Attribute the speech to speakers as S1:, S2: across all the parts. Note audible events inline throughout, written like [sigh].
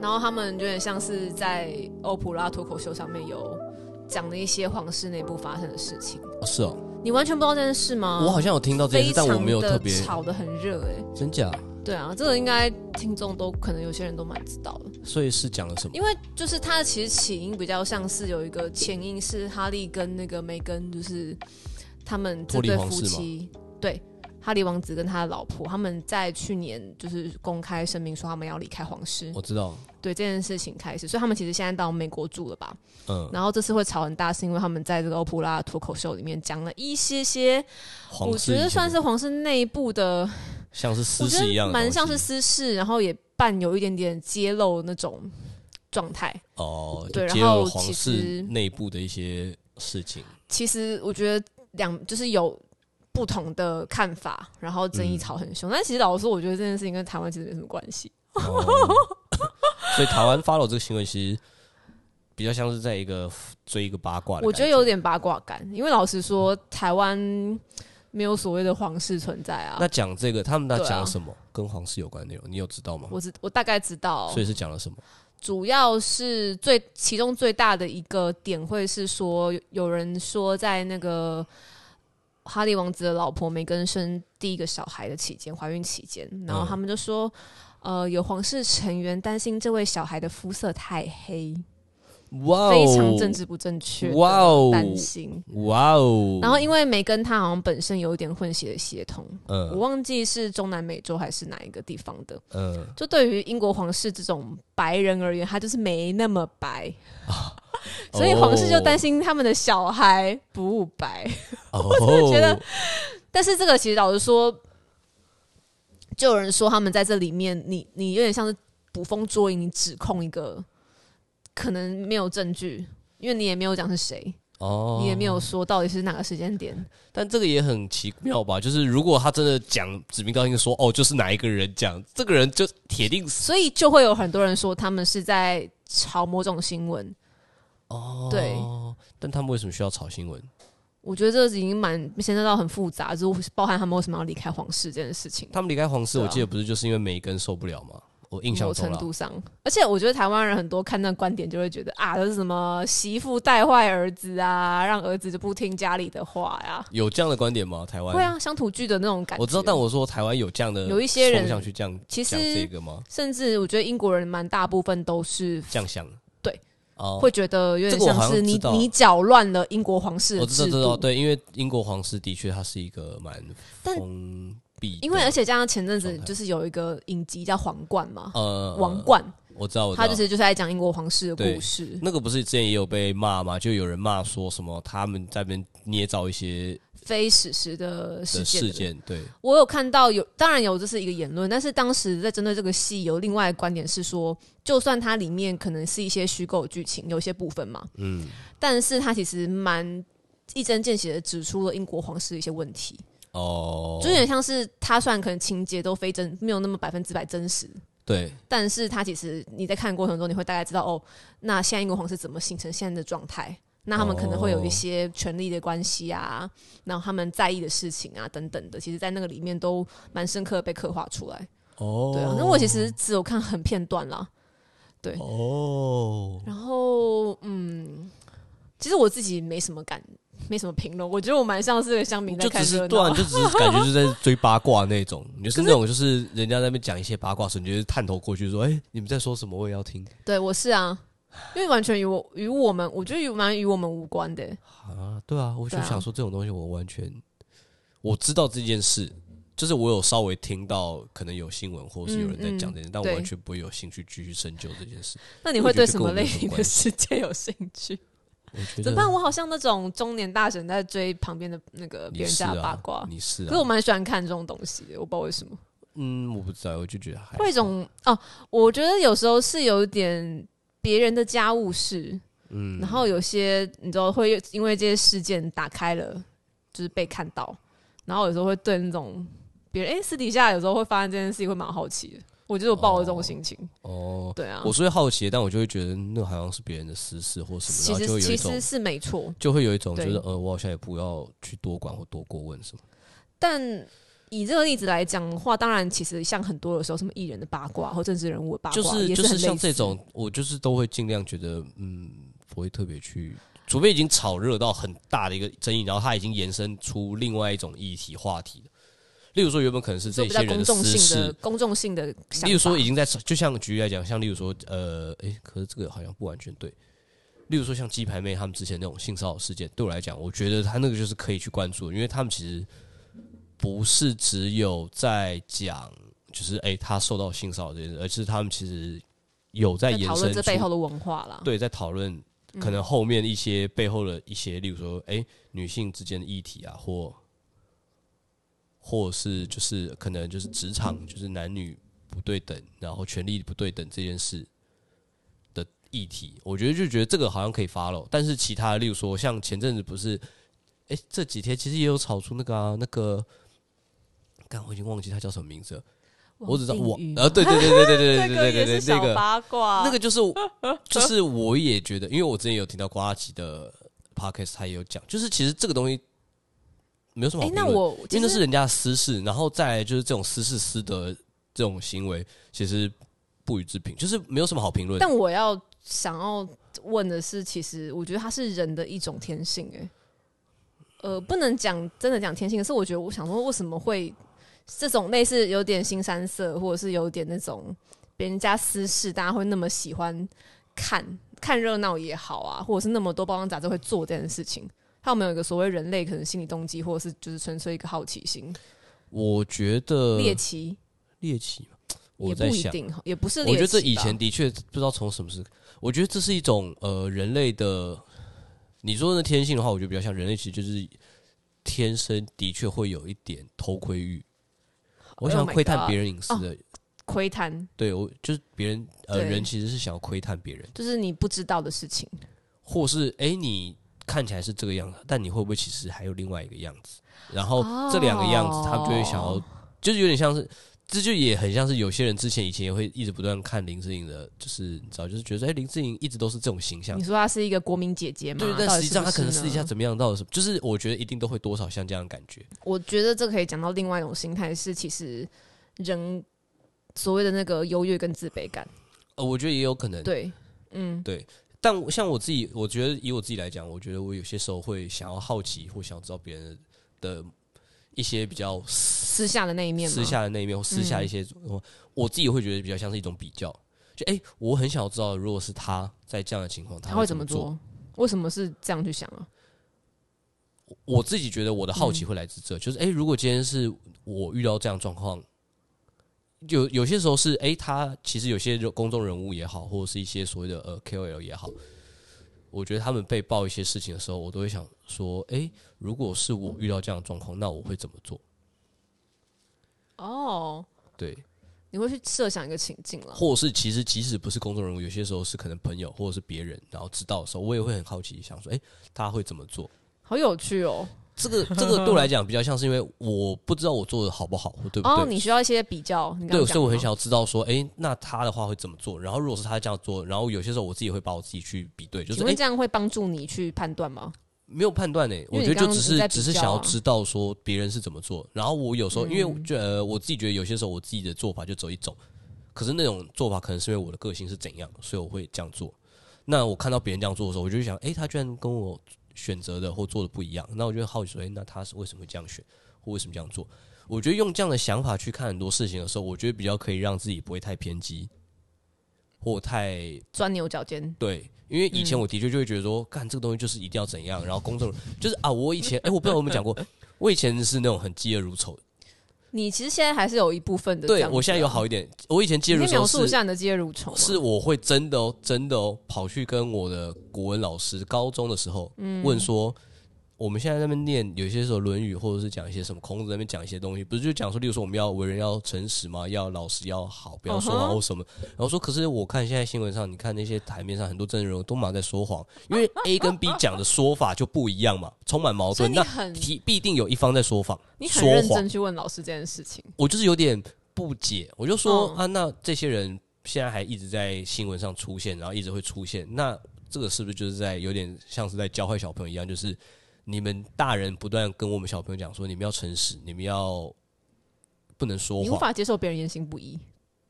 S1: 然后他们有点像是在欧普拉脱口秀上面有讲了一些皇室内部发生的事情。
S2: 哦是哦，
S1: 你完全不知道这件事吗？
S2: 我好像有听到这
S1: 嗯非
S2: 件事，
S1: 常
S2: 但
S1: 的
S2: 我没有特别
S1: 吵得很热哎、
S2: 真假，
S1: 对啊，这个应该听众都可能有些人都蛮知道的，
S2: 所以是讲了什么？
S1: 因为就是它其实起因比较像是有一个前因是哈利跟那个梅根，就是他们这对
S2: 脱离皇
S1: 夫
S2: 室吗
S1: 妻，对哈利王子跟他的老婆，他们在去年就是公开声明说他们要离开皇室，
S2: 我知道，
S1: 对这件事情开始，所以他们其实现在到美国住了吧？
S2: 嗯，
S1: 然后这次会吵很大，是因为他们在这个欧普拉脱口秀里面讲了一些些，
S2: 皇
S1: 我觉
S2: 室
S1: 得
S2: 以前
S1: 算
S2: 的
S1: 是皇室内部的。
S2: 像是
S1: 我
S2: 私
S1: 觉
S2: 事一样
S1: 得
S2: 的
S1: 蛮
S2: 东
S1: 像
S2: 西
S1: 是私事，然后也伴有一点点揭露那种状态。
S2: 哦，就
S1: 对然
S2: 揭露
S1: 后
S2: 皇
S1: 其
S2: 室
S1: 实
S2: 内部的一些事情，
S1: 其实我觉得两就是有不同的看法，然后争议
S2: 嗯
S1: 吵很凶。但其实老实说，我觉得这件事情跟台湾其实没什么关系。 [laughs]
S2: 哦所以台湾 follow 这个行为其实比较像是在一个追一个八卦的感，
S1: 我觉得有点八卦感，因为老实说，台湾没有所谓的皇室存在啊
S2: 那。讲这个，他们那
S1: 对啊
S2: 讲了什么、跟皇室有关的内容，你有知道吗？
S1: 我知我大概知道哦
S2: 所，以是讲了什么？
S1: 主要是最其中最大的一个点会是说，有有人说在那个哈利王子的老婆梅根生第一个小孩的期间，怀孕期间，然
S2: 嗯
S1: 后他们就说，呃，有皇室成员担心这位小孩的肤色太黑，
S2: 哇哦，
S1: 非常政治不正确，
S2: 哇哦
S1: 担心。
S2: 哇哦，
S1: 然后因为梅根她好像本身有一点混血的血统，我
S2: 嗯
S1: 忘记是中南美洲还是哪一个地方的，
S2: 嗯，
S1: 就对于英国皇室这种白人而言，他就是没那么白，
S2: 哦
S1: 所以皇室就担心他们的小孩不白。 [laughs]
S2: 哦，我真
S1: 觉得但是这个其实老实说，就有人说他们在这里面，你你有点像是捕风捉影，你指控一个可能没有证据，因为你也没有讲是谁，
S2: 哦，
S1: 你也没有说到底是哪个时间点。
S2: 但这个也很奇妙吧？就是如果他真的讲指名道姓说哦，就是哪一个人讲，这个人就铁定死
S1: 所以就会有很多人说他们是在炒某种新闻。
S2: 哦。
S1: 对，啊
S2: 但他们为什么需要炒新闻？
S1: 我觉得这已经蛮牵涉到很复杂，就是包含他们为什么要离开皇室这件事情，
S2: 他们离开皇室，
S1: 对啊
S2: 我记得不是就是因为梅根受不了吗？我印象
S1: 某
S2: 中
S1: 程
S2: 啦，
S1: 度上。而且我觉得台湾人很多看那观点就会觉得啊，这是什么媳妇带坏儿子啊，让儿子就不听家里的话呀、
S2: 有这样的观点吗？台湾
S1: 会，啊，乡土剧的那种感觉。
S2: 我知道，但我说台湾有这样的
S1: 有一些人
S2: 风向去这样
S1: 其实
S2: 讲这个吗？
S1: 甚至我觉得英国人蛮大部分都是
S2: 这样想
S1: 对
S2: 哦，
S1: 会觉得有
S2: 这
S1: 点
S2: 个我
S1: 像
S2: 好像
S1: 是你
S2: 知道
S1: 你搅乱了英国皇室
S2: 我
S1: 的
S2: 知道
S1: 制
S2: 知道，
S1: 度，
S2: 对，因为英国皇室的确它是一个蛮
S1: 但
S2: 封闭的，
S1: 因为而且加上前阵子
S2: 状态
S1: 就是有一个影集叫《皇冠》嘛，
S2: 呃
S1: 王，冠》，
S2: 我知道，我知道
S1: 它就是就是在讲英国皇室的
S2: 对
S1: 故事。
S2: 那个不是之前也有被骂吗？就有人骂说什么他们在那边捏造一些
S1: 非史实的事
S2: 的
S1: 件。
S2: 事件，对，
S1: 我有看到有，当然有，这是一个言论，但是当时在针对这个戏，有另外的观点是说，就算它里面可能是一些虚构剧情，有一些部分嘛，
S2: 嗯，
S1: 但是它其实蛮一针见血的指出了英国皇室的一些问题，
S2: 哦，
S1: 就有点像是它虽然可能情节都非真，没有那么百分之百真实。
S2: 对，
S1: 但是它其实你在看的过程中，你会大概知道哦，那现在英国皇室怎么形成现在的状态？那他们可能会有一些权力的关系啊，然后他们在意的事情啊等等的，其实，在那个里面都蛮深刻地被刻画出来。
S2: 哦，
S1: 对啊，那我其实只有看很片段啦。对，
S2: 哦，
S1: 然后嗯，其实我自己没什么感，没什么评论。我觉得我蛮像是个乡民在
S2: 就
S1: 看
S2: 只
S1: 热
S2: 是
S1: 闹
S2: 断，，就只是感觉就是在追八卦那种，你就是那种就是人家在那边讲一些八卦时，你就是探头过去说，哎，你们在说什么？我也要听
S1: 对我是啊，因为完全与我与我们，我觉得与蛮与我们无关的、
S2: 啊，对啊，我就
S1: 对啊
S2: 想说这种东西我完全我知道这件事。就是我有稍微听到可能有新闻或是有人在
S1: 嗯嗯
S2: 讲这件事，但我
S1: 对
S2: 完全不会有兴趣继续深究这件事。
S1: 那你
S2: 我
S1: 会
S2: 觉
S1: 对
S2: 得这
S1: 什
S2: 跟我
S1: 么
S2: 没
S1: 类
S2: 什么
S1: 型的
S2: 关系
S1: 世界有兴趣？
S2: 我觉
S1: 怎
S2: 得
S1: 么办？我好像那种中年大神在追旁边的那个别
S2: 你
S1: 人
S2: 是
S1: 家
S2: 啊，
S1: 的八卦。
S2: 你是
S1: 可是我
S2: 啊，
S1: 蛮喜欢看这种东西的，我不知道为什么，
S2: 嗯，我不知道，我就觉得还
S1: 会有一种哦，我觉得有时候是有点别人的家务事，
S2: 嗯
S1: 然后有些你知道会因为这些事件打开了，就是被看到，然后有时候会对那种别人哎、私底下有时候会发生这件事情会蛮好奇的，我觉得我抱着这种心情，
S2: 哦，
S1: 对啊
S2: 我，是会好奇，但我就会觉得那好像是别人的私事或什么，
S1: 其
S2: 然后啊就
S1: 实
S2: 会有
S1: 其
S2: 一
S1: 实
S2: 种
S1: 是没错，
S2: 就会有一种觉
S1: 对
S2: 得呃，我好像也不要去多管或多过问什么。
S1: 但以这个例子来讲的话，当然其实像很多的时候，什么艺人的八卦或政治人物的八卦，
S2: 就是
S1: 也
S2: 就
S1: 很
S2: 是像
S1: 类似
S2: 这种，我就是都会尽量觉得，嗯，不会特别去，除非已经炒热到很大的一个争议，然后它已经延伸出另外一种议题话题了例如说，原本可能是
S1: 就
S2: 这
S1: 比
S2: 些
S1: 较
S2: 人
S1: 公
S2: 的
S1: 众
S2: 私
S1: 性的
S2: 事，
S1: 公众性的想法。
S2: 例如说已经在炒，就像举例来讲，像例如说，呃，诶，可是这个好像不完全对。例如说像鸡排妹他们之前那种性骚扰事件，对我来讲，我觉得他那个就是可以去关注的，因为他们其实不是只有在讲，就是诶，他受到性骚扰这件事，而是他们其实有在
S1: 在
S2: 延
S1: 讨
S2: 伸
S1: 论这背
S2: 出
S1: 后的文化啦，
S2: 对，在讨论可能后面一些背后的一些，例如说，哎、女性之间的议题啊，或或是就是可能就是职场就是男女不对等，然后权力不对等这件事的议题，我觉得就觉得这个好像可以 follow，但是其他的，例如说像前阵子不是，哎、这几天其实也有炒出那个啊那个。干，我已经忘记他叫什么名字了。我只知道
S1: 王
S2: 我
S1: 定宇，
S2: 呃，对对对对对对对
S1: 这个
S2: 对
S1: 也
S2: 对
S1: 是
S2: 对，
S1: 小
S2: 那个
S1: 八卦，
S2: 那个就是就是我也觉得，因为我之前有听到瓜拉吉的 podcast，他也有讲，就是其实这个东西没有什么
S1: 哎、
S2: 好评
S1: 那
S2: 论，
S1: 我
S2: 因
S1: 其
S2: 为那
S1: 实
S2: 是人家的私事，然后再来就是这种私事私德这种行为，其实不予置评，就是没有什么好评论。
S1: 但我要想要问的是，其实我觉得它是人的一种天性、欸，呃，不能讲真的讲天性，可是我觉得我想说，为什么会这种类似有点新三色，或者是有点那种别人家私事，大家会那么喜欢看看热闹也好啊，或者是那么多包装杂志会做这件事情，它有没有一个所谓人类可能心理动机，或者是就是纯粹一个好奇心、
S2: 我觉得
S1: 猎奇？
S2: 猎奇嘛，呃我
S1: 也
S2: 在
S1: 不一
S2: 想，
S1: 定，也不是猎
S2: 我
S1: 奇吧。
S2: 觉得这以前的确不知道从什么时，我觉得这是一种呃人类的，你说的天性的话，我觉得比较像人类，其实就是天生的确会有一点偷窥欲，我
S1: Oh
S2: 想
S1: my
S2: 窥探
S1: God
S2: 别人隐私的，
S1: 窥探，
S2: 对我就是别人呃
S1: 对
S2: 人其实是想要窥探别人，
S1: 就是你不知道的事情。
S2: 或是哎、诶你看起来是这个样子，但你会不会其实还有另外一个样子？然后这两个样子，他们就会想要
S1: 哦，
S2: 就是有点像是，这就也很像是有些人之前以前也会一直不断看林志颖的，就是你知道，就是觉得哎、诶林志颖一直都是这种形象
S1: 你。说她是一个国民姐姐吗？
S2: 对，
S1: 到
S2: 但
S1: 底
S2: 实际上他可能
S1: 是
S2: 私
S1: 不
S2: 底
S1: 是
S2: 下
S1: 呢。
S2: 怎么样，到底是就是我觉得一定都会多少像这样的感觉。
S1: 我觉得这可以讲到另外一种心态，是其实人所谓的那个优越跟自卑感。
S2: 呃，我觉得也有可能，
S1: 对，嗯，
S2: 但我像我自己，我觉得以我自己来讲，我觉得我有些时候会想要好奇或想要知道别人的一些比较私
S1: 私下的那一面嘛，嗯
S2: 私下的那一面，或私下一些、我我自己会觉得比较像是一种比较。就哎、诶我很想要知道，如果是他在这样的情况，
S1: 他
S2: 会
S1: 会
S2: 怎
S1: 怎么
S2: 做？
S1: 做？为什么是这样去想啊？
S2: 我自己觉得我的
S1: 嗯
S2: 好奇会来自这，就是哎、诶如果今天是我遇到这样的状况，有有些时候是哎、诶他其实有些人公众人物也好，或者是一些所谓的呃 KOL 也好，我觉得他们被爆一些事情的时候，我都会想说，哎、如果是我遇到这样的状况，那我会怎么做？
S1: 哦，
S2: 对，
S1: 你会去设想一个情境了。
S2: 或是其实即使不是公众人物，有些时候是可能朋友或者是别人，然后知道的时候，我也会很好奇，想说，哎、他会怎么做？
S1: 好有趣哦！[laughs]
S2: 这个这个对我来讲比较像是因为我不知道我做的好不好或对不对，
S1: 哦，你需要一些比较，你刚
S2: 对，
S1: 刚哦
S2: 所以我很想
S1: 想
S2: 要知道说，哎、那他的话会怎么做？然后如果是他这样做，然后有些时候我自己会把我自己去比对，就是
S1: 请
S2: 哎、
S1: 问这样会帮助你去判断吗？
S2: 没有判断呢、
S1: 因
S2: 我
S1: 为
S2: 觉
S1: 你
S2: 得
S1: 刚
S2: 就
S1: 刚
S2: 只
S1: 你
S2: 是
S1: 在比
S2: 只是
S1: 较
S2: 想要
S1: 啊嗯
S2: 知道说别人是怎么做。然后我有时候因为我觉得呃我自己觉得有些时候我自己的做法就走一走，可是那种做法可能是因为我的个性是怎样，所以我会这样做。那我看到别人这样做的时候，我就会想，诶，他居然跟我选择的或做的不一样，那我就会好奇说，诶，那他是为什么会这样选，或为什么这样做？我觉得用这样的想法去看很多事情的时候，我觉得比较可以让自己不会太偏激，或太
S1: 钻牛角尖，
S2: 对，因为以前
S1: 嗯
S2: 我的确就会觉得说，干、这个东西就是一定要怎样，然后公众就是啊，我以前哎、我不知道有没有讲过， [laughs] 我以前是那种很嫉恶如仇，
S1: 你其实现在还是有一部分的这
S2: 对
S1: 样子啊。
S2: 我现在有好一点，我以前
S1: 你
S2: 嫉
S1: 可
S2: 恶如
S1: 以描
S2: 仇
S1: 述一
S2: 是
S1: 下你的接乳虫吗？
S2: 是我会真的哦，真的哦，跑去跟我的古文老师，高中的时候、
S1: 嗯
S2: 问说。我们现在在那边念，有些时候《论语》或者是讲一些什么孔子在那边讲一些东西，不是就讲说，例如说我们要为人要诚实嘛，要老实，要好，不要说
S1: 嗯
S2: 谎
S1: 哼
S2: 或什么。然后说，可是我看现在新闻上，你看那些台面上很多真人物都马在说谎，因为 A 跟 B 讲的说法就不一样嘛，充满矛
S1: 所以
S2: 盾。
S1: 你
S2: 那
S1: 很
S2: 提必定有一方在说谎，
S1: 你很
S2: 说
S1: 认
S2: 谎
S1: 真。去问老师这件事情，
S2: 我就是有点不解，我就说、
S1: 嗯
S2: 啊，那这些人现在还一直在新闻上出现，然后一直会出现，那这个是不是就是在有点像是在教坏小朋友一样？就是你们大人不断跟我们小朋友讲说，你们要诚实，你们要不能说
S1: 你无
S2: 谎，
S1: 法接受别人言行不一，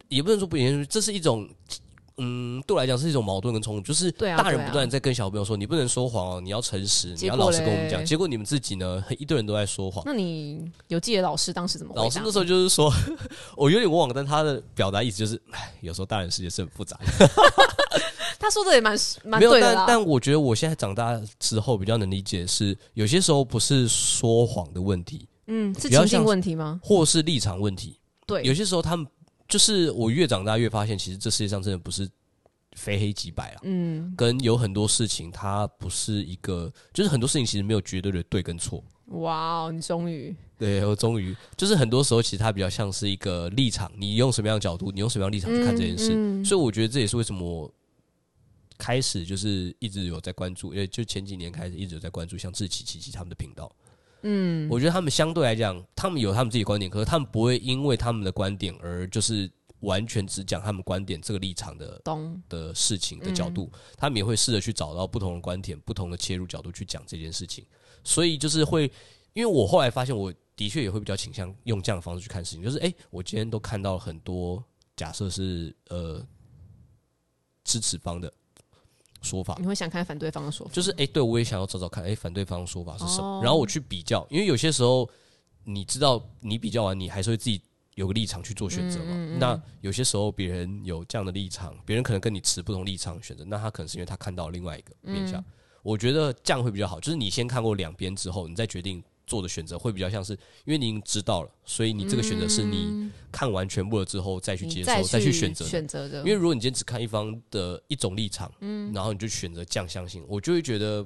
S2: 也不能说不严肃，这是一种。嗯，对我来讲是一种矛盾跟冲突，就是
S1: 对啊
S2: 大人
S1: 对啊
S2: 不断地在跟小朋友说，你不能说谎哦，你要诚实，你
S1: 结
S2: 要
S1: 果
S2: 老实跟我们讲。
S1: 嘞
S2: 结果你们自己呢， [laughs] 一堆人都在说谎。
S1: 那你有记得老师当时怎么回
S2: 老师
S1: 答吗？
S2: 那时候就是说， [laughs] 我有点忘了，但他的表达意思就是，哎，有时候大人世界是很复杂的。
S1: 他说的也蛮蛮
S2: 没有，
S1: 对的啦
S2: 但但我觉得我现在长大之后比较能理解的是，有些时候不是说谎的问题，
S1: 嗯，是
S2: 比
S1: 情
S2: 较像
S1: 境
S2: 是
S1: 问题吗？
S2: 或是立场问题。有
S1: 对，
S2: 些时候他们就是我越长大越发现，其实这世界上真的不是非黑即白啊，
S1: 嗯，
S2: 跟有很多事情它不是一个，就是很多事情其实没有绝对的对跟错。
S1: 哇哦，你终于
S2: 对，我终于就是很多时候，其实它比较像是一个立场，你用什么样的角度，你用什么样的立场去看这件事。
S1: 嗯嗯
S2: 所以我觉得这也是为什么我开始就是一直有在关注，因为就前几年开始一直有在关注像志奇、琪琪他们的频道。嗯，我觉得他们相对来讲，他们有他们自己的观点，可是他们不会因为他们的观点而就是完全只讲他们观点这个立场的
S1: 懂，
S2: 的事情的角度，他们也会试着去找到不同的观点、不同的切入角度去讲这件事情。所以就是会，因为我后来发现，我的确也会比较倾向用这样的方式去看事情，就是诶，我今天都看到了很多假设是呃支持方的说法，
S1: 你会想看反对方的说法，
S2: 就是诶，对我也想要找找看，诶，反对方的说法是什么，
S1: 哦
S2: 然后我去比较，因为有些时候你知道你比较完，你还是会自己有个立场去做选择嘛。
S1: 嗯
S2: 那有些时候别人有这样的立场，别人可能跟你持不同立场选择，那他可能是因为他看到另外一个
S1: 嗯
S2: 面向。我觉得这样会比较好，就是你先看过两边之后，你再决定做的选择会比较像是，因为你已经知道了，所以你这个选择是你看完全部了之后再去接
S1: 嗯你
S2: 受、
S1: 再
S2: 再
S1: 去
S2: 选择的。
S1: 选择的，
S2: 因为如果你今天只看一方的一种立场，嗯，然后你就选择这样相信，我就会觉得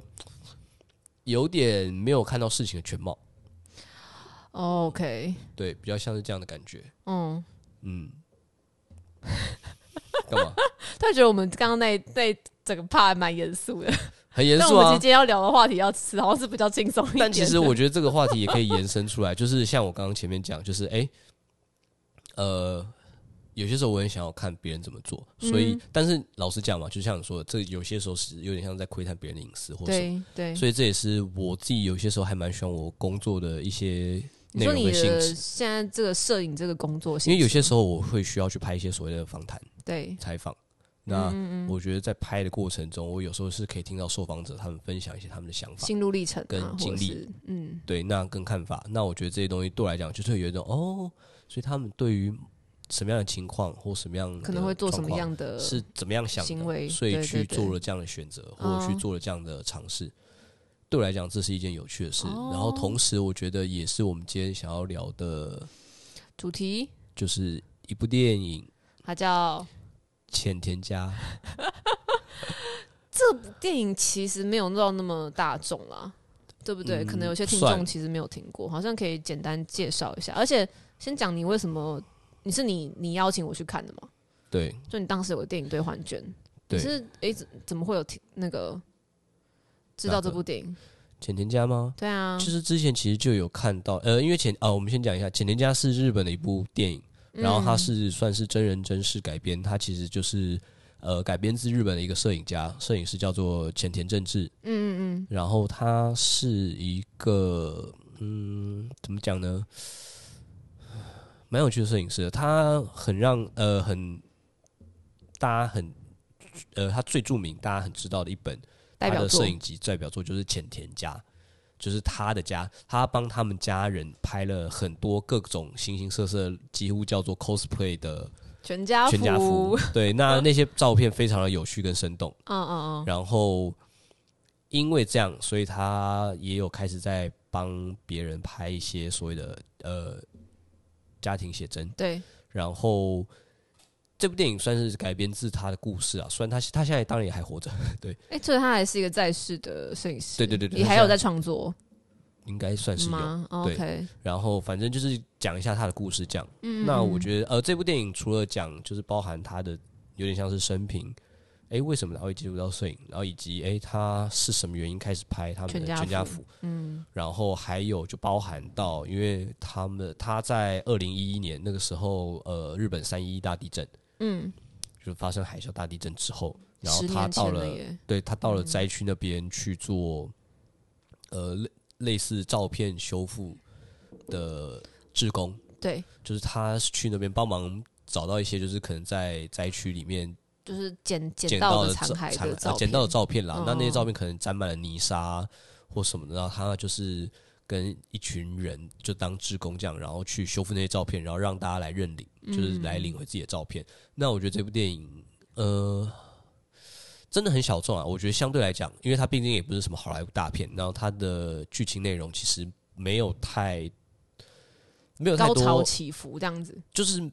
S2: 有点没有看到事情的全貌，
S1: 哦 OK，
S2: 对，比较像是这样的感
S1: [laughs]
S2: 觉，
S1: 嗯，
S2: 嗯。干嘛？
S1: 突然觉得我们刚刚那那整个 part 还蛮严肃的，
S2: 很严
S1: 但
S2: 肃
S1: 我们
S2: 啊
S1: 今！天要聊的话题要吃，好像是比较轻松一点的。
S2: 但其实我觉得这个话题也可以延伸
S1: [laughs]
S2: 出来，就是像我刚刚前面讲，就是哎、诶呃，有些时候我很想要看别人怎么做，
S1: 嗯
S2: 所以，但是老实讲嘛，就像你说的，这有些时候是有点像在窥探别人的隐私或什么的
S1: 对对，
S2: 所以这也是我自己有些时候还蛮喜欢我工作的一些
S1: 你
S2: 内
S1: 说
S2: 容
S1: 你
S2: 的性
S1: 的
S2: 质，
S1: 现在这个摄影这个工作性质，
S2: 因为有些时候我会需要去拍一些所谓的访谈
S1: 对
S2: 采访。那
S1: 嗯
S2: 我觉得在拍的过程中，我有时候是可以听到受访者他们分享一些他们的想法，
S1: 心路历程啊
S2: 跟
S1: 或者
S2: 经历
S1: 是嗯，
S2: 对，那跟看法。那我觉得这些东西对我来讲，就是会有一种哦，所以他们对于什么样的情况或什么样的
S1: 可能会做什么
S2: 状况
S1: 样的
S2: 是怎么样想的
S1: 行为
S2: 所以
S1: 对
S2: 去
S1: 对对
S2: 做了这样的选择，或者去
S1: 哦
S2: 做了这样的尝试。对我来讲，这是一件有趣的事。
S1: 哦
S2: 然后同时，我觉得也是我们今天想要聊的，
S1: 主题，
S2: 就是一部电影《
S1: 它叫
S2: 浅田家》。
S1: 电影，其实没有到那么大众啦，对不对？
S2: 嗯
S1: 可能有些听
S2: 算
S1: 众其实没有听过，好像可以简单介绍一下。而且先讲你为什么，你是你你邀请我去看的嘛？
S2: 对
S1: 就你当时有个电影兑换券，你
S2: 对，
S1: 是诶、怎怎么会有听那个知
S2: 哪
S1: 道
S2: 个
S1: 这部电影？
S2: 浅田家吗？
S1: 对啊，
S2: 就是之前其实就有看到，呃，因为浅啊，我们先讲一下，《浅田家》是日本的一部电影，
S1: 嗯
S2: 然后它是算是真人真事改编，它其实就是呃改编自日本的一个摄影家，摄影师叫做浅田正治，
S1: 嗯嗯
S2: 然后他是一个嗯，怎么讲呢？蛮有趣的摄影师的，他很让呃很大家很呃他最著名大家很知道的一本
S1: 嗯，代
S2: 他
S1: 表
S2: 的
S1: 作
S2: 摄，影集代表作就是浅田家，就是他的家，他帮他们家人拍了很多各种形形色色，几乎叫做 cosplay 的
S1: 全家
S2: 全家福。对，
S1: [laughs]
S2: 那那些照片非常的有趣跟生动。
S1: 嗯嗯嗯，
S2: 然后因为这样，所以他也有开始在帮别人拍一些所谓的呃家庭写真。
S1: 对，
S2: 然后这部电影算是改编自他的故事啊，虽然他他现在当然也还活着，
S1: 诶，所以他还是一个在世的摄影师，
S2: 对对对对
S1: 也
S2: 他
S1: 还有
S2: 现在
S1: 在创作
S2: 应该算是有。
S1: 吗哦
S2: 对
S1: ？OK，
S2: 然后反正就是讲一下他的故事，这样。
S1: 嗯
S2: 那我觉得，呃，这部电影除了讲就是包含他的有点像是生平，诶，为什么他会接触到摄影，然后以及诶，他是什么原因开始拍他们
S1: 全
S2: 的
S1: 家
S2: 全家
S1: 福
S2: 福，嗯，然后还有就包含到，因为他们他在二零一一年那个时候，呃，日本三一一大地震，
S1: 嗯，
S2: 就是发生海啸大地震之后，然后
S1: 十
S2: 他
S1: 年
S2: 到
S1: 前
S2: 了
S1: 了耶，嗯
S2: 对他到了灾区那边去做，呃，类类似照片修复的志工，
S1: 对，
S2: 就是他去那边帮忙找到一些就是可能在灾区里面
S1: 就是捡捡
S2: 捡
S1: 到
S2: 的
S1: 残
S2: 照
S1: 骸
S2: 残
S1: 的
S2: 啊
S1: 照片，
S2: 捡到的照片啦。
S1: 嗯
S2: 那那些照片可能沾满了泥沙或什么的，然后他就是跟一群人就当志工这样，然后去修复那些照片，然后让大家来认领，就是来
S1: 嗯
S2: 领回自己的照片。那我觉得这部电影，呃。真的很小众啊！我觉得相对来讲，因为它毕竟也不是什么好莱坞大片，然后它的剧情内容其实没有太没有太
S1: 高
S2: 多
S1: 潮起伏这样子
S2: 就是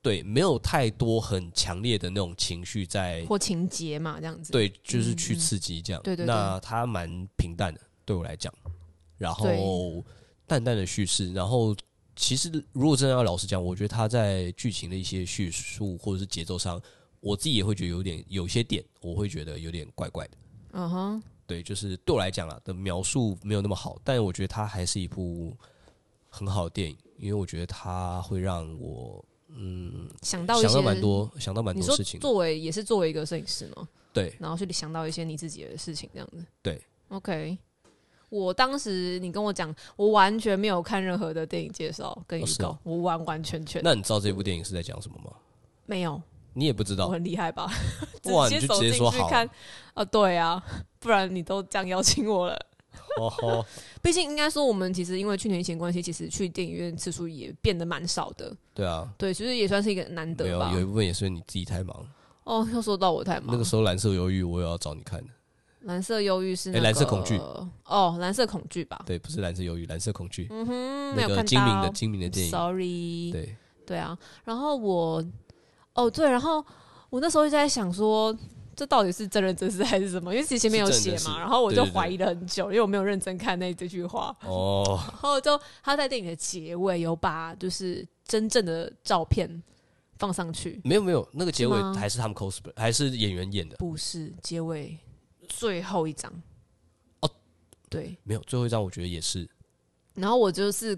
S2: 对，没有太多很强烈的那种情绪在，
S1: 或情节嘛，这样子。
S2: 对，就是
S1: 嗯
S2: 去
S1: 嗯
S2: 刺激这样。
S1: 对对对
S2: 那它蛮平淡的，对我来讲，然后
S1: 对
S2: 淡淡的叙事，然后其实如果真的要老实讲，我觉得它在剧情的一些叙述或者是节奏上，我自己也会觉得有点有些点，我会觉得有点怪怪的。
S1: 嗯哼，
S2: 对，就是对我来讲啊啦的描述没有那么好，但我觉得它还是一部很好的电影，因为我觉得它会让我嗯
S1: 想到一
S2: 想
S1: 些
S2: 到蛮多，想到蛮
S1: 你
S2: 多
S1: 说
S2: 事情的。
S1: 作为也是作为一个摄影师嘛，
S2: 对
S1: 然后去想到一些你自己的事情，这样子。
S2: 对
S1: ，OK。我当时你跟我讲，我完全没有看任何的电影介绍跟预
S2: 哦是
S1: 告，
S2: 哦
S1: 我完完全全
S2: 那你知道这部电影是在讲什么吗？
S1: 没有，
S2: 你也不知
S1: 我
S2: 道
S1: 很厉害吧？
S2: 哦
S1: [laughs]
S2: 哇，
S1: 直
S2: 你
S1: 接走
S2: 就直
S1: 进
S2: 接说
S1: 去
S2: 好
S1: 看，啊，对啊，不然你都这样邀请我了。
S2: 哦吼，
S1: 毕竟应该说，我们其实因为去年疫情关系，其实去电影院次数也变得蛮少的，
S2: 对啊，
S1: 对，其实也算是一个难
S2: 没
S1: 得
S2: 有
S1: 吧
S2: 有。一部分也是你自己太忙。
S1: 哦，又说到我太忙。
S2: 那个时候蓝色忧郁我也要找你看的，
S1: 蓝色忧郁是、
S2: 哎
S1: 那个
S2: 蓝色恐惧
S1: 哦，蓝色恐惧吧？
S2: 对，不是蓝色忧郁，蓝色恐惧，
S1: 嗯哼，没
S2: 那
S1: 有看
S2: 个
S1: 到。
S2: 精明的精明的电影，
S1: Sorry，
S2: 对，
S1: 对啊。然后我，哦对，然后我那时候就在想说，这到底是真人真事还是什么？因为其实前面有
S2: 是真
S1: 写
S2: 人真
S1: 嘛，
S2: 事
S1: 然后我就
S2: 对对对
S1: 怀疑了很久，因为我没有认真看那这句话。
S2: 哦，
S1: 然后就他在电影的结尾有把就是真正的照片放上去，
S2: 没有没有，那个结尾
S1: 是吗
S2: 还是他们 cosplay，还是演员演的，
S1: 不是结尾最后一张
S2: 哦，
S1: 对。
S2: 没有，最后一张我觉得也是，
S1: 然后我就是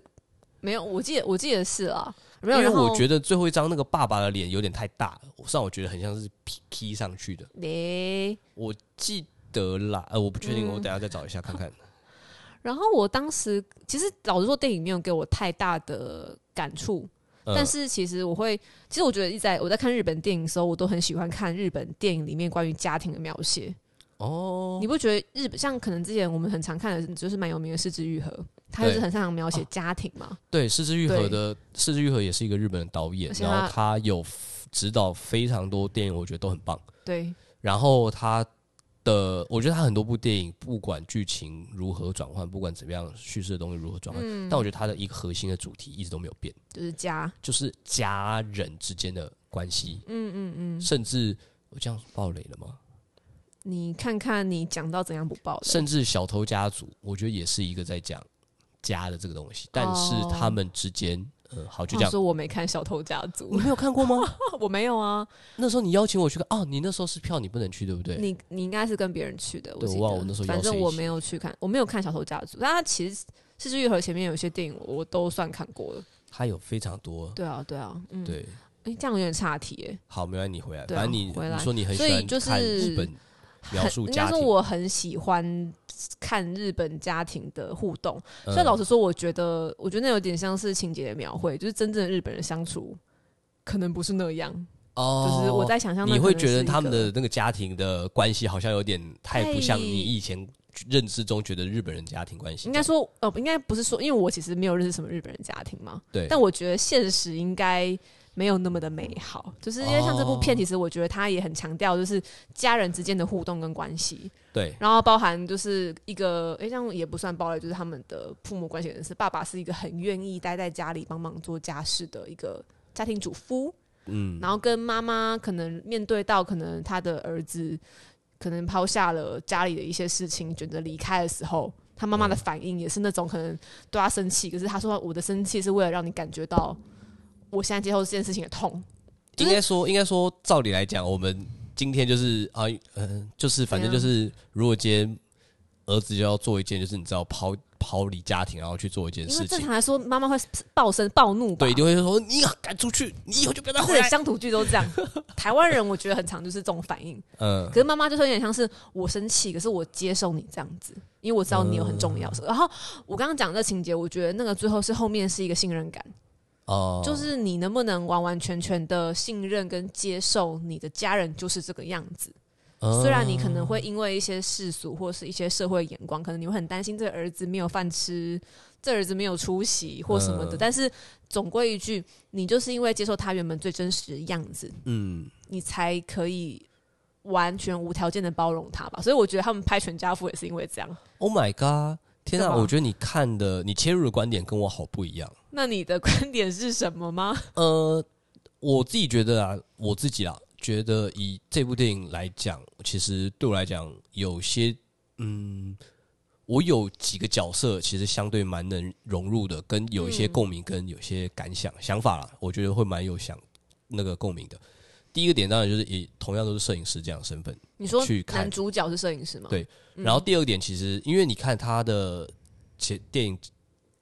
S1: 没有，我记得我记得是啦，没有。
S2: 因为
S1: 然后
S2: 我觉得最后一张那个爸爸的脸有点太大了，让我觉得很像是 P P 上去的，
S1: 诶
S2: 我记得啦，呃，我不确定，
S1: 嗯
S2: 我等一下再找一下看看。
S1: 然后我当时其实老实说，电影没有给我太大的感触，
S2: 嗯
S1: 但是其实我会，其实我觉得一直在我在看日本电影的时候，我都很喜欢看日本电影里面关于家庭的描写。
S2: 哦，
S1: 你不觉得日本像可能之前我们很常看的，就是蛮有名的《四之愈合》，他就是
S2: 对啊
S1: 很擅长描写家庭嘛。
S2: 对，四之愈合
S1: 对
S2: 的四之愈合也是一个日本的导演
S1: 而，且
S2: 然
S1: 他
S2: 后他有 f- 指导非常多电影，我觉得都很棒。
S1: 对，
S2: 然后他的，我觉得他很多部电影，不管剧情如何转换，不管怎么样叙事的东西如何转换，
S1: 嗯
S2: 但我觉得他的一个核心的主题一直都没有变，
S1: 就是家。
S2: 就是家人之间的关系，
S1: 嗯嗯嗯，
S2: 甚至我这样爆雷了吗？
S1: 你看看你讲到怎样不爆的，
S2: 甚至小偷家族，我觉得也是一个在讲家的这个东西，但是
S1: 哦
S2: 他们之间，呃，好，就这
S1: 话
S2: 样。
S1: 说我没看《小偷家族 [laughs]
S2: 你》没有看过吗？ [laughs]
S1: 我没有啊。
S2: 那时候你邀请我去看哦，你那时候是票你不能去，对不对？
S1: 你你应该是跟别人去的，我
S2: 对
S1: 记
S2: 我忘
S1: 得
S2: 了我那时候
S1: 反
S2: 邀
S1: 正
S2: 谁
S1: 我
S2: 一起
S1: 没有去看，我没有看《小偷家族》，但他其实《四之愈合》前面有些电影我我都算看过了。
S2: 他有非常多
S1: 对啊，对啊，嗯，
S2: 对，
S1: 诶这样有点岔题耶、
S2: 好，没关系，你回来，
S1: 对啊
S2: 反正你
S1: 回来
S2: 你说你很喜
S1: 所以
S2: 欢
S1: 就是
S2: 看日本描
S1: 很 [laughs]
S2: 述
S1: 应
S2: 家
S1: 该说
S2: 庭，
S1: 我很喜欢看日本家庭的互动，
S2: 嗯
S1: 所以老实说，我觉得我觉得那有点像是情节的描绘，就是真正的日本人相处可能不是那样，
S2: 哦，
S1: 就是我在想象那
S2: 你
S1: 可
S2: 会
S1: 能
S2: 觉
S1: 是
S2: 得
S1: 一
S2: 他们
S1: 个
S2: 的那个家庭的关系好像有点太不像
S1: 太
S2: 你以前认知中觉得日本人家庭关系
S1: 应
S2: 这样，
S1: 该说呃，应该不是说，因为我其实没有认识什么日本人家庭嘛，
S2: 对，
S1: 但我觉得现实应该没有那么的美好，就是因为像这部片，
S2: 哦
S1: 其实我觉得它也很强调就是家人之间的互动跟关系，
S2: 对
S1: 然后包含就是一个，诶，这样也不算包了，就是他们的父母关系可能是爸爸是一个很愿意待在家里帮忙做家事的一个家庭主夫，
S2: 嗯，
S1: 然后跟妈妈可能面对到可能他的儿子可能抛下了家里的一些事情，选择离开的时候，他妈妈的反应也是那种可能对他生气，可是他说我的生气是为了让你感觉到我现在接受这件事情的痛。就
S2: 应
S1: 是
S2: 该说应该说，照理来讲，我们今天就是啊，嗯、就是反正
S1: 怎
S2: 就
S1: 样
S2: 是，如果今天儿子就要做一件，就是你知道抛抛离家庭，然后去做一件
S1: 因为
S2: 事
S1: 正
S2: 情
S1: 常。来说，妈妈会暴生暴怒吧？
S2: 对，一定会说你赶出去，你以后就不要再
S1: 而
S2: 回
S1: 且
S2: 来。
S1: 乡土剧都这
S2: [laughs]
S1: 样。台湾人我觉得很常就是这种反应，
S2: 嗯
S1: 可，是妈妈就是有点像是我生气，可是我接受你这样子，因为我知
S2: 嗯
S1: 道你有很重要。然后我刚刚讲的情节，我觉得那个最后是后面是一个信任感。
S2: 哦，
S1: 就是你能不能完完全全的信任跟接受你的家人就是这个样子。
S2: 嗯
S1: 虽然你可能会因为一些世俗或是一些社会眼光，可能你会很担心这个儿子没有饭吃，这儿子没有出息或什么的，
S2: 嗯
S1: 但是总归一句，你就是因为接受他原本最真实的样子，
S2: 嗯，
S1: 你才可以完全无条件的包容他吧。所以我觉得他们拍《全家福》也是因为这样。
S2: Oh my god！天
S1: 干
S2: 啊，
S1: 嘛
S2: 我觉得你看的、你切入的观点跟我好不一样。
S1: 那你的观点是什么
S2: [laughs]
S1: 吗？
S2: 呃，我自己觉得啊，我自己啊，觉得以这部电影来讲，其实对我来讲，有些嗯，我有几个角色其实相对蛮能融入的，跟有一些
S1: 嗯
S2: 共鸣，跟有一些感想、想法啦，我觉得会蛮有想那个共鸣的。第一个点当然就是以同样都是摄影师这样的身份，
S1: 你说
S2: 去看
S1: 男主角是摄影师吗？
S2: 对
S1: 嗯
S2: 然后第二点，其实因为你看他的前电影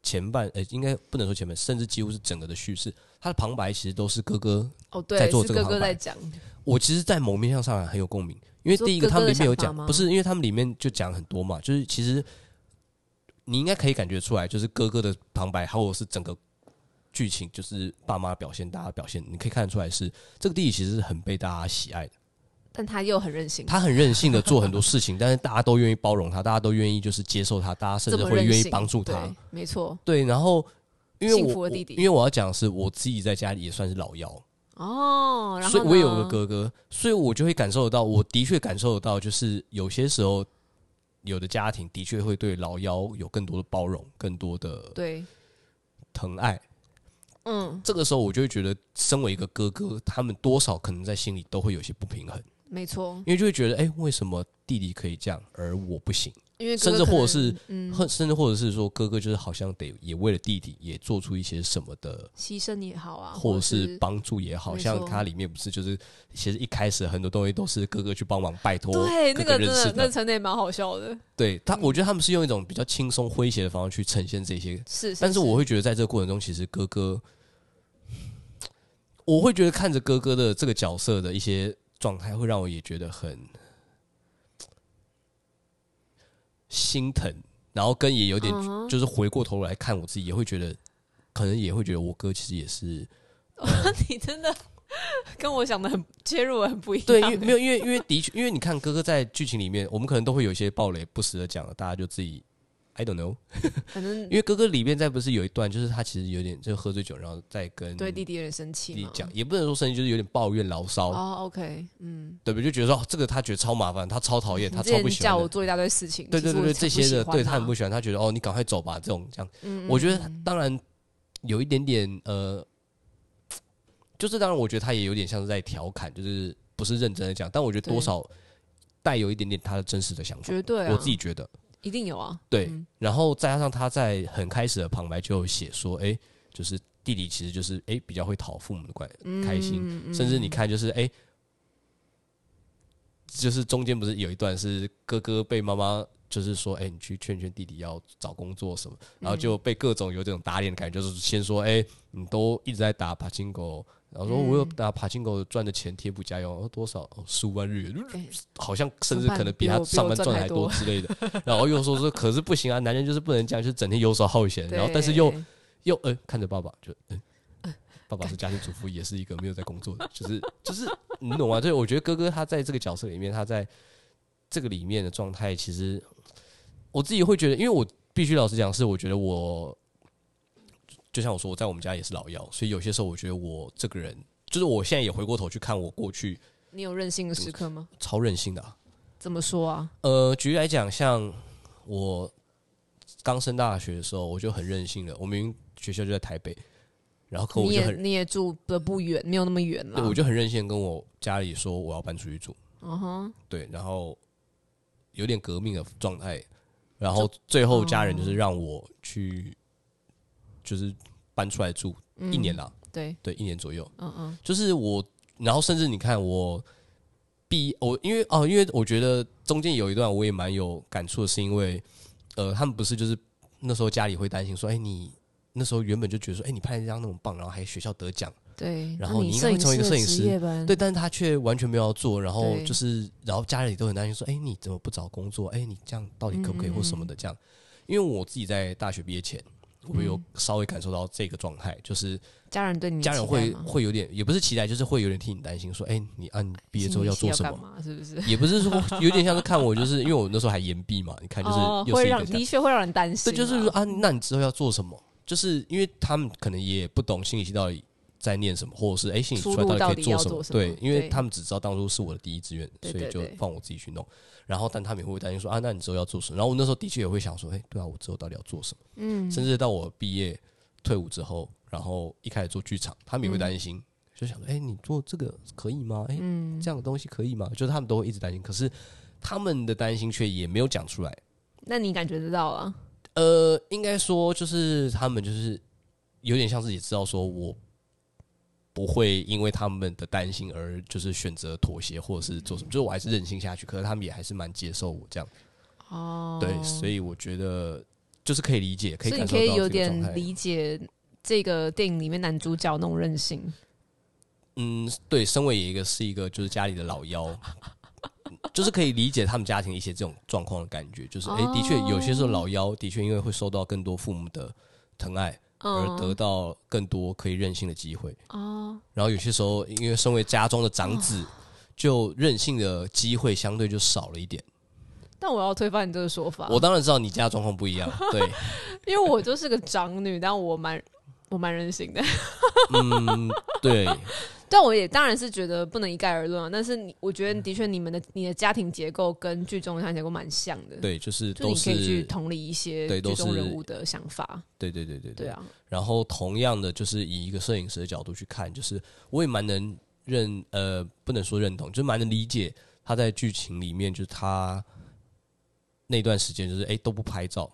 S2: 前半，呃、应该不能说前半，甚至几乎是整个的叙事，他的旁白其实都是哥哥。
S1: 哦，对，
S2: 在做
S1: 是
S2: 这个
S1: 哥哥
S2: 旁白
S1: 在讲，
S2: 我其实，在某面向上很有共鸣，因为第一个
S1: 你说哥哥
S2: 他们里面有
S1: 的想
S2: 讲
S1: 法，吗
S2: 不是因为他们里面就讲很多嘛，就是其实你应该可以感觉出来，就是哥哥的旁白，还有是整个剧情，就是爸妈表现，大家表现，你可以看得出来是这个弟弟其实是很被大家喜爱的。
S1: 但他又很任性，
S2: 他很任性的做很多事情， [laughs] 但是大家都愿意包容他，大家都愿意就是接受他，大家甚
S1: 这
S2: 至
S1: 么
S2: 会
S1: 任
S2: 愿意
S1: 性，
S2: 帮助他。
S1: 对，没错。
S2: 对，然后因为
S1: 幸
S2: 我
S1: 福的弟弟
S2: 我因为我要讲的是我自己在家里也算是老幺，
S1: 哦，然后
S2: 所以我也有个
S1: 呢，
S2: 哥哥，所以我就会感受得到，我的确感受得到，就是有些时候有的家庭的确会对老幺有更多的包容，更多的
S1: 对，
S2: 疼爱。
S1: 嗯，
S2: 这个时候我就会觉得，身为一个哥哥，他们多少可能在心里都会有些不平衡，
S1: 没错，
S2: 因为就会觉得，哎、为什么弟弟可以这样，而我不行？
S1: 因为哥
S2: 甚
S1: 哥
S2: 至
S1: 可
S2: 或者
S1: 能
S2: 是
S1: 嗯
S2: 或甚至或者是说，哥哥就是好像得也为了弟弟也做出一些什么的，
S1: 牺牲也好啊，
S2: 或者是
S1: 是
S2: 帮助也好，
S1: 没
S2: 像
S1: 错
S2: 它里面不是就是其实一开始很多东西都是哥哥去帮忙拜托
S1: 对
S2: 各
S1: 那个真
S2: 认识
S1: 的那嗯
S2: 的，
S1: 真的也蛮好笑的，
S2: 对他，我觉得他们是用一种比较轻松诙谐的方式去呈现这些，
S1: 是，
S2: 但
S1: 是
S2: 是我会觉得在这个过程中，其实哥哥，我会觉得看着哥哥的这个角色的一些状态，会让我也觉得很心疼，然后跟也有点
S1: 嗯哼
S2: 就是回过头来看我自己，也会觉得可能也会觉得我哥其实也是
S1: [laughs] 你真的跟我想的很切入得很不一样，
S2: [laughs]
S1: 欸
S2: 对，因为没有，因为因为的确，因为你看哥哥在剧情里面，我们可能都会有一些暴雷，不时的讲了，大家就自己 I don't know。
S1: 反正
S2: 因为哥哥里面在不是有一段，就是他其实有点就喝醉酒，然后再跟
S1: 对弟弟有点生气
S2: 弟
S1: 嘛，
S2: 讲，也不能说生气，就是有点抱怨牢骚，
S1: 哦，OK，嗯，
S2: 对不对？就觉得说、哦这个他觉得超麻烦，他超讨厌，
S1: 你
S2: 他
S1: 之
S2: 超
S1: 前
S2: 不喜
S1: 叫我
S2: 欢的。
S1: 做一大堆事情，
S2: 对
S1: 其
S2: 对
S1: 实
S2: 对
S1: 我
S2: 对，
S1: 才
S2: 这些的
S1: 不喜欢
S2: 对他
S1: 啊
S2: 很不喜欢，他觉得哦，你赶快走吧，这种这样。
S1: 嗯，嗯
S2: 我觉得
S1: 嗯
S2: 当然有一点点呃，就是当然，我觉得他也有点像是在调侃，就是不是认真的讲，但我觉得
S1: 对
S2: 多少带有一点点他的真实的想法。
S1: 绝对啊，
S2: 我自己觉得
S1: 一定有啊，
S2: 对，
S1: 嗯
S2: 然后再加上他在很开始的旁白就有写说，哎、就是弟弟其实就是哎、诶比较会讨父母的关开心，
S1: 嗯嗯
S2: 甚至你看就是哎、诶就是中间不是有一段是哥哥被妈妈就是说，哎、你去劝劝弟弟要找工作什么，然后就
S1: 嗯
S2: 被各种有这种打脸的感觉，就是先说，哎、你都一直在打爬金狗，然后说我有
S1: 嗯
S2: 打爬金狗赚的钱贴补家用，哦多少哦十五万日元，
S1: 哎
S2: 好像甚至
S1: 怎么办
S2: 可能比
S1: 比
S2: 他
S1: 我比我
S2: 上班
S1: 赚
S2: 赚的
S1: 还
S2: 还多
S1: 多
S2: 之类的， [laughs] 然后又说说可是不行啊，男人就是不能这样，就是整天游手好闲，然后但是又
S1: 对
S2: 又呃看着爸爸就嗯。爸爸是家庭主妇，也是一个没有在工作
S1: [laughs]
S2: 的，就是就是你懂吗？对，我觉得哥哥他在这个角色里面，他在这个里面的状态，其实我自己会觉得，因为我必须老实讲，是我觉得我就像我说，我在我们家也是老幺，所以有些时候我觉得我这个人，就是我现在也回过头去看我过去
S1: 你有任性的时刻吗？
S2: 超任性的、啊。
S1: 怎么说啊？
S2: 呃，举例来讲，像我刚升大学的时候，我就很任性了。我明明学校就在台北，然后可我
S1: 你
S2: 就
S1: 也嗯
S2: 很，
S1: 你也住的不远，没有那么远
S2: 对我
S1: 了。
S2: 就很任性，跟我家里说我要搬出去住。
S1: 嗯哼，
S2: 对，然后有点革命的状态，然后最后家
S1: 哦
S2: 人就是让我去，就是搬出来住、
S1: 嗯
S2: 一年啦，
S1: 对，
S2: 对，一年左右。
S1: 嗯嗯，
S2: 就是我，然后甚至你看我毕我，因为哦，因为我觉得中间有一段我也蛮有感触的，是因为呃，他们不是就是那时候家里会担心说，哎、你那时候原本就觉得说，哎、你拍一张那么棒，然后还学校得奖，
S1: 对。
S2: 然
S1: 那
S2: 后
S1: 你
S2: 你应
S1: 摄
S2: 该
S1: 影
S2: 会成为一个摄影
S1: 的职
S2: 师
S1: 业吧
S2: 对，，但是他却完全没有要做，然后
S1: 嗯对
S2: 就是，然后家里都很担心说，哎、你怎么不找工作？哎、你这样到底可不可以
S1: 嗯嗯
S2: 或什么的这样？因为我自己在大学毕业前，我们有稍微感受到这个状态，就是
S1: 家人对你的
S2: 家人
S1: 期待
S2: 会
S1: 吗
S2: 会有点，也不是期待，就是会有点替你担心，说，哎、你啊，你毕业之
S1: 心
S2: 后
S1: 里
S2: 要
S1: 是要
S2: 做什
S1: 干
S2: 么？
S1: 嘛？是不是？
S2: 也不是说有点像是看我，就是因为我那时候还延毕嘛，你看就是
S1: 哦，
S2: 又
S1: 会
S2: 是一
S1: 让
S2: 个
S1: 的确会让人担心啊。
S2: 对，就是说啊，那你之后要做什么？就是因为他们可能也不懂心理系到底在念什么，或者是哎、心理
S1: 出
S2: 出来
S1: 路
S2: 到
S1: 到
S2: 底可
S1: 底
S2: 以
S1: 要
S2: 做什
S1: 做
S2: 么？
S1: 什么
S2: 对，因为
S1: 对
S2: 他们只知道当初是我的第一志愿，
S1: 对
S2: 所以
S1: 对
S2: 就
S1: 对
S2: 放我自己去弄。然后，但他们也会担心说啊，那你之后要做什么？然后我那时候的确也会想说，哎、对啊，我之后到底要做什么？
S1: 嗯，
S2: 甚至到我毕业退伍之后，然后一开始做剧场，他们也会担心，就想说，哎、你做这个可以吗？哎、
S1: 嗯
S2: 这样的东西可以吗？就是他们都会一直担心，可是他们的担心却也没有讲出来。
S1: 那你感觉得到啊？
S2: 呃，应该说就是他们就是有点像是也知道说我不会因为他们的担心而就是选择妥协或者是做什么，就是我还是任性下去。可是他们也还是蛮接受我这样，
S1: 哦，
S2: 对，所以我觉得就是可以理解，可以
S1: 所以你
S2: 感受
S1: 可
S2: 到
S1: 以有
S2: 这个状态
S1: 点。理解这个电影里面男主角那种任性，
S2: 嗯，对，身为一个是一个就是家里的老幺，就是可以理解他们家庭一些这种状况的感觉，就是哎、诶的确有些时
S1: 哦
S2: 候老幺的确因为会受到更多父母的疼爱，而得
S1: 嗯，
S2: 到更多可以任性的机会。
S1: 哦，
S2: 然后有些时候，因为身为家中的长子，
S1: 啊
S2: 就任性的机会相对就少了一点。
S1: 但我要推翻你这个说法，
S2: 我当然知道你家状况不一样，对，
S1: 因为我就是个长女，但我蛮我蛮任
S2: [laughs]
S1: 性的，
S2: 嗯，对，
S1: 但我也当然是觉得不能一概而论啊。但是你，我觉得的确你们的你的家庭结构跟剧中的家庭结构蛮像的，，
S2: 对，就是
S1: 就
S2: 都
S1: 你可以去
S2: 是，
S1: 同理一些
S2: 对
S1: 剧
S2: 都
S1: 中人
S2: 是
S1: 物的想法，
S2: 对对对对
S1: 对。啊，
S2: 然后同样的，就是以一个摄影师的角度去看，就是我也蛮能认，呃，不能说认同，就是蛮能理解他在剧情里面，就是他那段时间就是哎、诶都不拍照，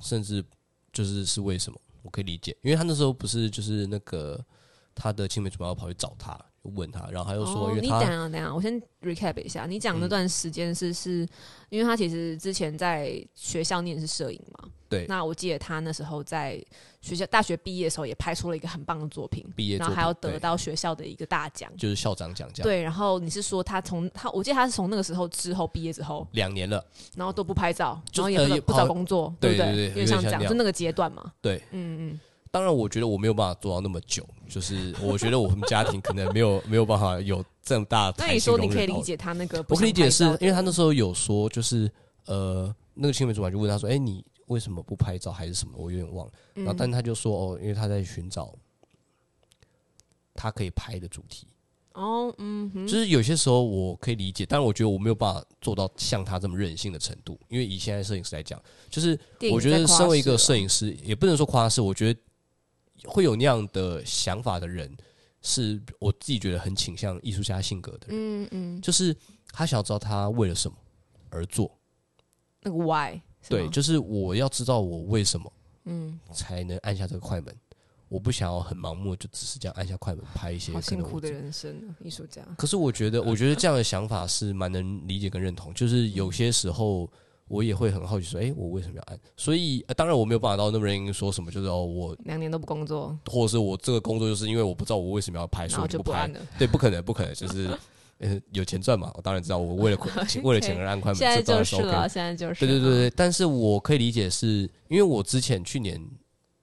S2: 甚至就是是为什么？我可以理解，因为他那时候不是就是那个他的青梅竹马跑去找他，就问他，然后他又说，
S1: 哦、
S2: 因为
S1: 你等
S2: 他嗯
S1: 啊等啊，我先 recap 一下，你讲那段时间是、是，因为他其实之前在学校念是摄影嘛，
S2: 对
S1: 那我记得他那时候在学校大学毕业的时候也拍出了一个很棒的作品，
S2: 毕业作
S1: 然
S2: 品，
S1: 后还有得
S2: 对
S1: 到学校的一个大奖。
S2: 就是校长奖这样，
S1: 对，然后你是说他从他，我记得他是从那个时候之后毕业之后，
S2: 两年了，
S1: 然后都不拍照，
S2: 就
S1: 然后
S2: 是
S1: 也
S2: 呃
S1: 不
S2: 也
S1: 不
S2: 好
S1: 找工作，
S2: 对
S1: 不
S2: 对对
S1: 因为
S2: 有点
S1: 像
S2: 像
S1: 这样，
S2: 那
S1: 就那个阶段嘛，
S2: 对，
S1: 嗯嗯，
S2: 当然，我觉得我没有办法做到那么久，就是我觉得我们家庭可能没有 [laughs] 没有办法有这么大的
S1: 那
S2: 弹
S1: 你
S2: 性
S1: 说你
S2: 容
S1: 可以
S2: 忍到
S1: 理，解他那个不
S2: 我可
S1: 想
S2: 以理解
S1: 拍
S2: 是
S1: 照
S2: 因为他
S1: 的
S2: 那时候有说，就是呃，那个青梅竹马就问他说：“哎、你为什么不拍照还是什么？”我有点忘了。
S1: 嗯
S2: 然后，但他就说：“哦，因为他在寻找他可以拍的主题。
S1: 哦嗯哼
S2: 就是有些时候我可以理解，但我觉得我没有办法做到像他这么任性的程度，因为以现在摄影师来讲，就是
S1: 电影
S2: 我觉
S1: 在
S2: 得
S1: 夸
S2: 身为一
S1: 饰哦
S2: 个
S1: 了
S2: 摄影师，也不能说夸饰，我觉得会有那样的想法的人，是我自己觉得很倾向艺术家性格的人，
S1: 嗯嗯，
S2: 就是他想要知道他为了什么而做，
S1: 那个 why 是
S2: 对，
S1: 吗
S2: 就是我要知道我为什么
S1: 嗯，
S2: 才能按下这个快门，我不想要很盲目地就只是这样按下快门拍一些
S1: 好
S2: 可
S1: 辛
S2: 能
S1: 苦
S2: 我
S1: 的人生，啊艺术家。
S2: 可是我觉得，我觉得这样的想法是蛮能理解跟认同。就是
S1: 嗯
S2: 有些时候我也会很好奇说，诶，我为什么要按？所以、呃当然我没有办法到那么认真说什么，就是哦，我
S1: 两年都不工作，
S2: 或者是我这个工作就是因为我不知道我为什么要拍，
S1: 然
S2: 所以
S1: 后
S2: 我
S1: 就
S2: 哎不拍
S1: 按。了。
S2: 对，不可能，不可能， [laughs] 就是呃有钱赚嘛，我当然知道我为了
S1: [laughs]
S2: 钱为了钱而按快门，
S1: 现在
S2: 这当
S1: 就
S2: 然是
S1: 是
S2: OK 的。
S1: 了，现在就是。
S2: 对对对，对，但是我可以理解是，因为我之前去年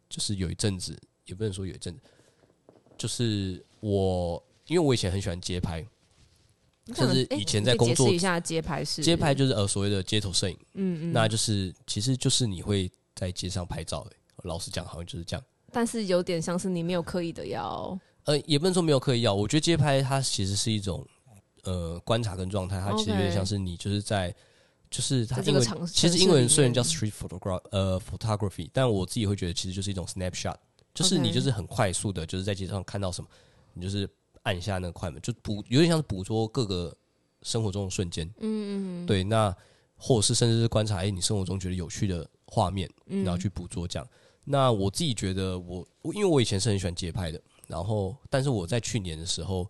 S2: 就是有一阵子，也不能说有一阵子，就是我因为我以前很喜欢街拍，甚至
S1: 哎
S2: 以前在工
S1: 解
S2: 作
S1: 释一下街拍是
S2: 街拍，就是呃所谓的街头摄影，
S1: 嗯嗯，
S2: 那就是其实就是你会在街上拍照、欸。老实讲，好像就是这样。
S1: 但是有点像是你没有刻意的要，
S2: 呃，也不能说没有刻意要，我觉得街拍它其实是一种呃观察跟状态，它其实有
S1: OK
S2: 点像是你就是在。就是它
S1: 在这
S2: 英
S1: 个
S2: 文
S1: 场
S2: 其
S1: 城
S2: 实
S1: 市
S2: 英文
S1: 里
S2: 虽然叫
S1: 面
S2: street photograph 呃 photography，但我自己会觉得其实就是一种 snapshot，就是你
S1: OK
S2: 就是很快速的，就是在街上看到什么，你就是按一下那个快门，就捕有点像是捕捉各个生活中的瞬间。
S1: 嗯嗯，
S2: 对，那或者是甚至是观察，哎、你生活中觉得有趣的画面，
S1: 嗯
S2: 然后去捕捉这样。那我自己觉得我，我因为我以前是很喜欢街拍的，然后但是我在去年的时候，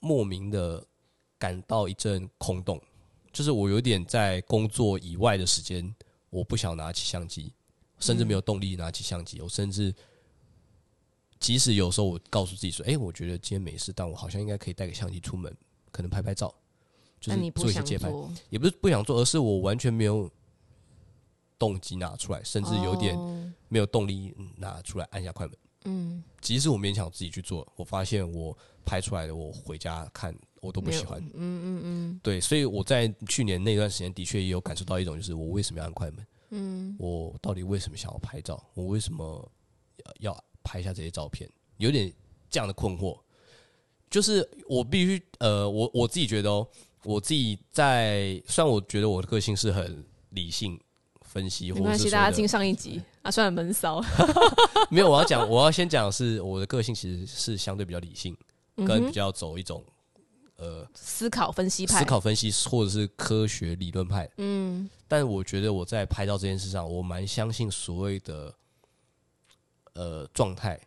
S2: 莫名的感到一阵空洞，就是我有点在工作以外的时间，我不想拿起相机，甚至没有
S1: 嗯
S2: 动力拿起相机，我甚至。即使有时候我告诉自己说：“哎、我觉得今天没事，但我好像应该可以带个相机出门，可能拍拍照，
S1: 嗯
S2: 就
S1: 但你
S2: 是
S1: 不
S2: 做一些
S1: 想
S2: 街拍。
S1: 做，
S2: 也不是不想做，而是我完全没有动机拿出来，甚至有点
S1: 哦
S2: 没有动力嗯拿出来按下快门。
S1: 嗯，
S2: 即使我勉强自己去做，我发现我拍出来的，我回家看我都不喜欢
S1: 没。有嗯嗯嗯
S2: 对，所以我在去年那段时间的确也有感受到一种，就是我为什么要按快门？
S1: 嗯，
S2: 我到底为什么想要拍照？我为什么要要拍下这些照片？有点这样的困惑。就是我必须呃，我我自己觉得哦，我自己在虽然我觉得我的个性是很理性分
S1: 没
S2: 析，或
S1: 关
S2: 者是
S1: 系，
S2: 说
S1: 大家
S2: 的
S1: 听上一集啊，算很闷骚，
S2: 没有，我要讲， [laughs] 我要先讲的是我的个性其实是相对比较理性，
S1: 嗯
S2: 跟
S1: 哼
S2: 比较走一种呃
S1: 思考分析派，
S2: 思，考分析或者是科学理论派。
S1: 嗯
S2: 但我觉得我在拍照这件事上，我蛮相信所谓的呃状态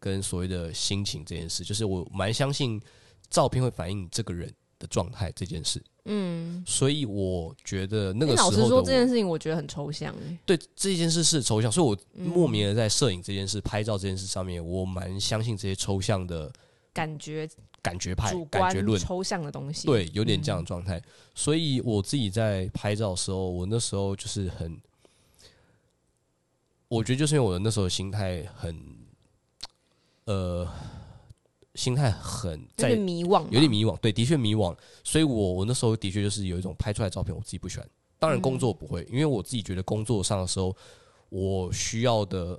S2: 跟所谓的心情这件事，就是我蛮相信照片会反映你这个人的状态这件事。
S1: 嗯。
S2: 所以我觉得那个
S1: 诶
S2: 时
S1: 老
S2: 候
S1: 实
S2: 的
S1: 说，
S2: 我
S1: 这件事情我觉得很抽象诶。
S2: 对这件事是抽象，所以我莫名
S1: 嗯
S2: 的在摄影这件事、拍照这件事上面，我蛮相信这些抽象的
S1: 感觉
S2: 感觉派
S1: 主、
S2: 感
S1: 观
S2: 觉论，
S1: 抽象的东西。，
S2: 对，有点这样
S1: 嗯
S2: 的状态。所以我自己在拍照的时候，我那时候就是很，我觉得就是因为我的那时候心态很，呃，心态很
S1: 有
S2: 在
S1: 点迷惘嘛，
S2: 有点迷惘，对，的确迷惘。所以我我那时候的确就是有一种拍出来的照片我自己不喜欢。当然
S1: 嗯
S2: 工作不会，因为我自己觉得工作上的时候，我需要的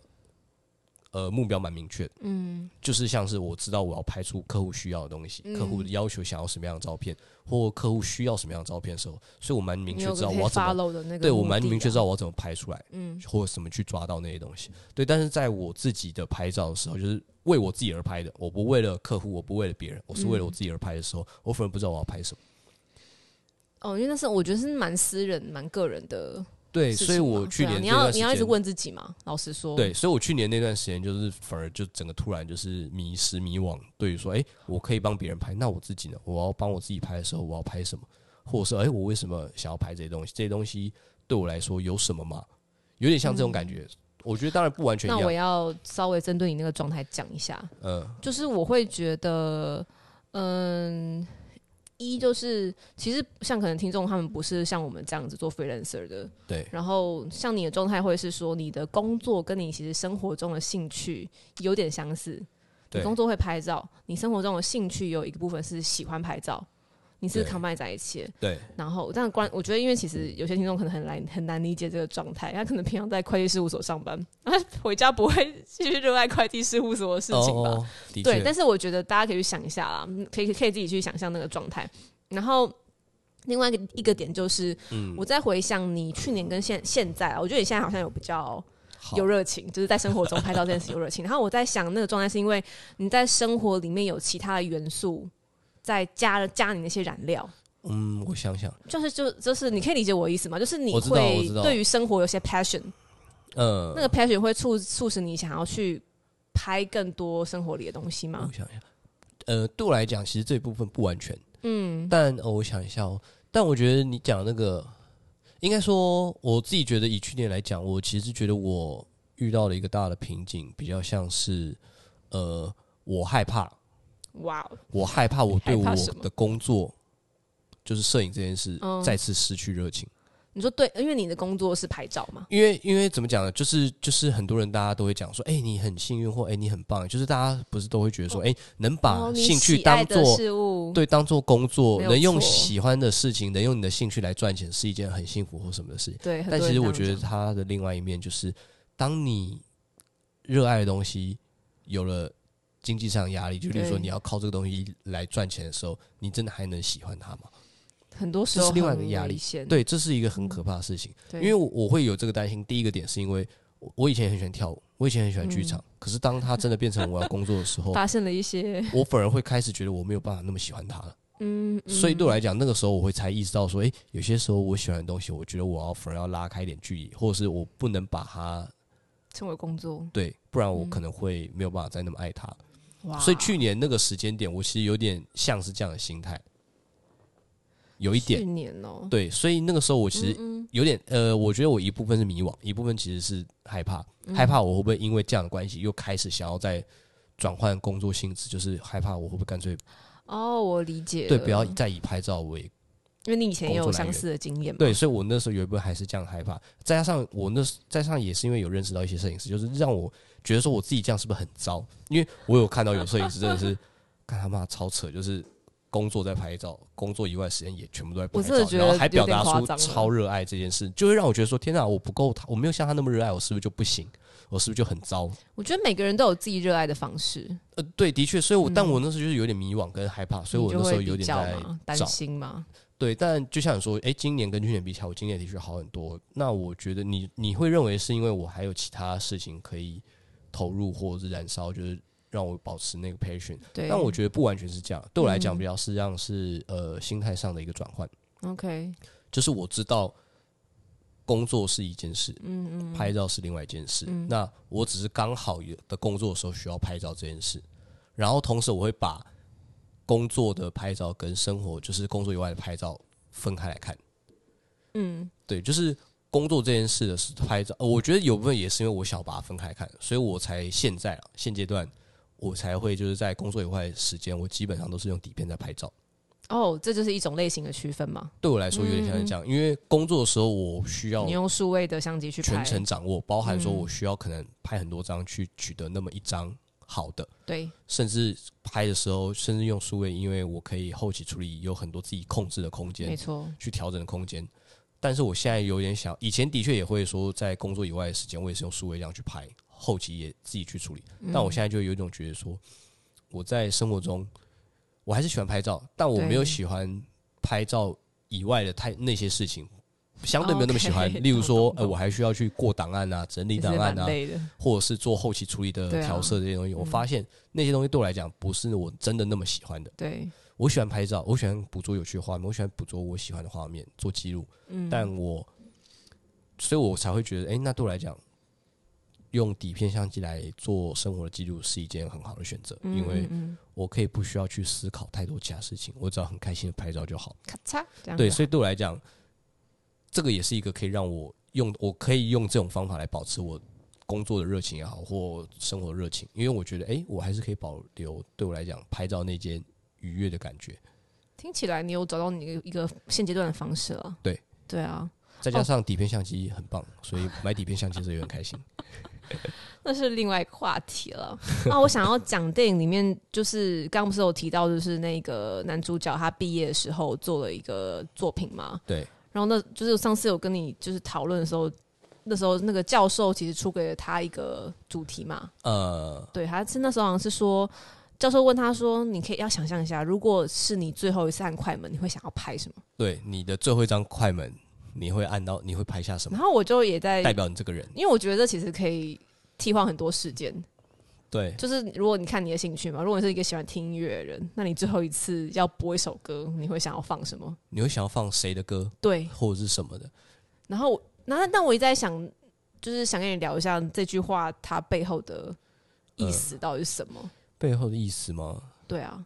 S2: 呃目标蛮明确的，
S1: 嗯
S2: 就是像是我知道我要拍出客户需要的东西，
S1: 嗯
S2: 客户要求想要什么样的照片，或客户需要什么样的照片的时候，所以我蛮明
S1: 你
S2: 确
S1: 有
S2: 知
S1: 个
S2: 道
S1: 可以
S2: 我要怎么，
S1: follow 的那啊个，
S2: 对我蛮明确知道，我要怎么拍出来，
S1: 嗯
S2: 或者怎么去抓到那些东西。对，但是在我自己的拍照的时候，就是为我自己而拍的，我不为了客户，我不为了别人，我是为
S1: 嗯
S2: 了我自己而拍的时候，我反而不知道我要拍什么。
S1: 哦，因为那是我觉得是蛮私人、蛮个人的
S2: 对，
S1: 事情嘛，
S2: 所以我去
S1: 对啊
S2: 年
S1: 你
S2: 这段
S1: 要
S2: 时
S1: 你
S2: 间
S1: 要一直问自己嘛，老实说，
S2: 对，所以我去年那段时间就是反而就整个突然就是迷失迷惘，对于说，哎、我可以帮别人拍，那我自己呢？我要帮我自己拍的时候，我要拍什么？或者是，哎、我为什么想要拍这些东西？这些东西对我来说有什么吗？有点像这种感觉。我觉得当然不完
S1: 嗯
S2: 全
S1: 那
S2: 一
S1: 我
S2: 样，
S1: 要稍微针对你那个状态讲一下，
S2: 嗯
S1: 就是我会觉得，嗯，一就是其实像可能听众他们不是像我们这样子做 freelancer 的，
S2: 对
S1: 然后像你的状态会是说你的工作跟你其实生活中的兴趣有点相似，你
S2: 对
S1: 工作会拍照，你生活中的兴趣有一个部分是喜欢拍照，你是
S2: 对
S1: combine 在一起的。
S2: 对
S1: 然后，但关我觉得，因为其实有些听众可能很难很难理解这个状态，他可能平常在会计事务所上班，他回家不会继续热爱会计事务所的事情吧？
S2: 哦，的
S1: 对，但
S2: 确，
S1: 是我觉得大家可以去想一下啦，嗯可以可以自己去想象那个状态。然后另外一个一个点就是，
S2: 嗯，
S1: 我在回想你去年跟现现在啊，我觉得你现在好像有比较
S2: 好
S1: 有热情，就是在生活中拍照这件事有热
S2: [laughs]
S1: 情。然后我在想，那个状态是因为你在生活里面有其他的元素在加了加你那些燃料，
S2: 嗯，我想想，
S1: 就是就就是你可以理解我的意思吗？就是你
S2: 我知道我
S1: 会
S2: 知道
S1: 对于生活有些 passion，
S2: 嗯，
S1: 那个 passion 会促促使你想要去拍更多生活里的东西吗
S2: 我？想想，呃，对我来讲，其实这部分不完全。
S1: 嗯
S2: 但、哦、我想一下哦，但我觉得你讲那个，应该说我自己觉得以去年来讲，我其实觉得我遇到了一个大的瓶颈，比较像是呃，我害怕，
S1: 哇哦，
S2: 我害怕我对
S1: 害
S2: 我
S1: 怕什么
S2: 的工作，就是摄影这件事、
S1: 嗯
S2: 再次失去热情。
S1: 你说对，因为你的工作是拍照嘛，
S2: 因为因为怎么讲呢？就是就是很多人大家都会讲说，哎、你很幸运或哎、你很棒，就是大家不是都会觉得说，哎、能把
S1: 哦你
S2: 兴趣
S1: 喜爱
S2: 当
S1: 的
S2: 做、
S1: 事物，
S2: 对，当做工作，
S1: 没有
S2: 能用
S1: 错
S2: 喜欢的事情，能用你的兴趣来赚钱，是一件很幸福或什么的事情。
S1: 对，很
S2: 但
S1: 多
S2: 其
S1: 人
S2: 实
S1: 这
S2: 我
S1: 样
S2: 觉得
S1: 讲
S2: 它的另外一面就是，当你热爱的东西有了经济上的压力，就例如说
S1: 对
S2: 你要靠这个东西来赚钱的时候，你真的还能喜欢它吗？
S1: 很多时
S2: 这
S1: 候
S2: 是另外一
S1: 很
S2: 个压
S1: 危
S2: 力
S1: 险，
S2: 对，这是一个很可怕的事情。
S1: 对，
S2: 因为我我会有这个担心，第一个点是因为我我以前很喜欢跳舞，我以前很喜欢剧场，
S1: 嗯
S2: 可是当它真的变成我要工作
S1: [laughs]
S2: 的时候，
S1: 发现了一
S2: [laughs]
S1: 些，
S2: 我反而会开始觉得我没有办法那么喜欢它了。
S1: 嗯，嗯
S2: 所以对我来讲，那个时候我会才意识到说，诶，有些时候我喜欢的东西，我觉得我要反而要拉开一点距离，或者是我不能把它
S1: 成为工作，
S2: 对，不然我可能会没有办法再那么爱它。
S1: 嗯哇，
S2: 所以去年那个时间点，我其实有点像是这样的心态，有一
S1: 去
S2: 点
S1: 年哦，
S2: 对。所以那个时候我其实
S1: 嗯，
S2: 有点呃，我觉得我一部分是迷惘，一部分其实是害怕，
S1: 嗯
S2: 害怕我会不会因为这样的关系又开始想要再转换工作性质，就是害怕我会不会干脆
S1: 嗯哦，我理解，
S2: 对，不要，再以拍照为
S1: 因为你以前也有
S2: 工作
S1: 相
S2: 来源
S1: 似的经验嘛。
S2: 对，所以我那时候原本还是这样害怕，再加上我那时再加上也是因为有认识到一些摄影师，就是让我觉得说我自己这样是不是很糟？因为我有看到有摄影师真的是， [laughs] 看他妈超扯，就是工作在拍照，工作以外时间也全部都在拍
S1: 我
S2: 照，
S1: 真的觉得
S2: 然后还表
S1: 有
S2: 达
S1: 点夸
S2: 出
S1: 张了
S2: 超热爱这件事，就会让我觉得说天哪，我不够他，我没有像他那么热爱，我是不是就不行？我是不是就很糟？
S1: 我觉得每个人都有自己热爱的方式，
S2: 呃，对，的确，所以我、但
S1: 嗯
S2: 我那时候就是有点迷惘跟害怕，所以
S1: 你
S2: 我
S1: 就
S2: 那时候
S1: 会
S2: 有
S1: 比
S2: 点
S1: 较
S2: 在
S1: 嘛，担
S2: 找
S1: 心嘛。
S2: 对，但就像你说，诶，今年跟去年比起来，我今年的确好很多。那我觉得你你会认为是因为我还有其他事情可以投入或者是燃烧，就是让我保持那个 passion。
S1: 对，
S2: 但我觉得不完全是这样，对我来讲
S1: 嗯
S2: 比较是让是、呃心态上的一个转换，
S1: OK，
S2: 就是我知道工作是一件事，
S1: 嗯嗯，嗯
S2: 拍照是另外一件事。那我只是刚好有的工作的时候需要拍照这件事，然后同时我会把工作的拍照跟生活，就是工作以外的拍照分开来看。
S1: 嗯，
S2: 对，就是工作这件事的是拍照，呃我觉得有部分也是因为我想把它分开看，所以我才现在啊现阶段我才会就是在工作以外的时间，我基本上都是用底片在拍照。
S1: 哦，这就是一种类型的区分嘛。
S2: 对我来说有点像是这样，因为工作的时候我需要
S1: 你用数位的相机去拍
S2: 全，程掌握，包含说我需要可能拍很多张去取得那么一张好的，
S1: 对，
S2: 甚至拍的时候甚至用数位，因为我可以后期处理有很多自己控制的空间
S1: 没，错，
S2: 去调整的空间。但是我现在有点想，以前的确也会说，在工作以外的时间，我也是用数位这样去拍，后期也自己去处理。
S1: 嗯
S2: 但我现在就有一种觉得说，我在生活中，我还是喜欢拍照，但我没有
S1: 对
S2: 喜欢拍照以外的太那些事情，相对没有那么喜欢。
S1: 哦 OK，
S2: [laughs] 例如说，
S1: 懂懂
S2: 呃，我还需要去过档案啊，整理
S1: 也是
S2: 档案
S1: 蛮
S2: 啊，
S1: 累的。
S2: 或者是做后期处理的
S1: 对啊
S2: 调色这些东西。我发现那些东西对我来讲，不是我真的那么喜欢的。
S1: 对，
S2: 我喜欢拍照，我喜欢捕捉有趣的画面，我喜欢捕捉我喜欢的画面做记录，
S1: 嗯，
S2: 但我，所以我才会觉得，哎、那对我来讲，用底片相机来做生活的记录是一件很好的选择，
S1: 嗯
S2: 因为
S1: 嗯嗯
S2: 我可以不需要去思考太多其他事情，我只要很开心的拍照就好。
S1: 咔嚓这样
S2: 对，
S1: 子
S2: 所以对我来讲，这个也是一个可以让我用，我可以用这种方法来保持我工作的热情也好，或生活的热情，因为我觉得，哎、我还是可以保留对我来讲拍照那件愉悦的感觉。
S1: 听起来你有找到你一个现阶段的方式了。
S2: 对，
S1: 对啊，
S2: 再加上底片相机很棒，所以买底片相机是有点开心。
S1: 那是另外一个话题
S2: [laughs]
S1: 了。那啊我想要讲电影里面，就是刚刚不是有提到，就是那个男主角他毕业的时候做了一个作品嘛。
S2: 对，
S1: 然后那就是上次有跟你就是讨论的时候，那时候那个教授其实出给了他一个主题嘛。
S2: 呃，
S1: 对，他是那时候好像是说，教授问他说：“你可以要想象一下，如果是你最后一次按快门，你会想要拍什么
S2: 对，你的最后一张快门，你会按到，你会拍下？”什么
S1: 然？后我就也在
S2: 代，表你这个人。
S1: 因为我觉得这其实可以替换很多事件。
S2: 对，
S1: 就是如果你看你的兴趣嘛，如果你是一个喜欢听音乐的人，那你最后一次要播一首歌，你会想要放什么？
S2: 你会想要放谁的歌，
S1: 对，
S2: 或者是什么的？
S1: 然后我，然后但我一直在想，就是想跟你聊一下这句话它背后的意
S2: 嗯
S1: 思到底是什么？
S2: 背后的意思吗？
S1: 对啊，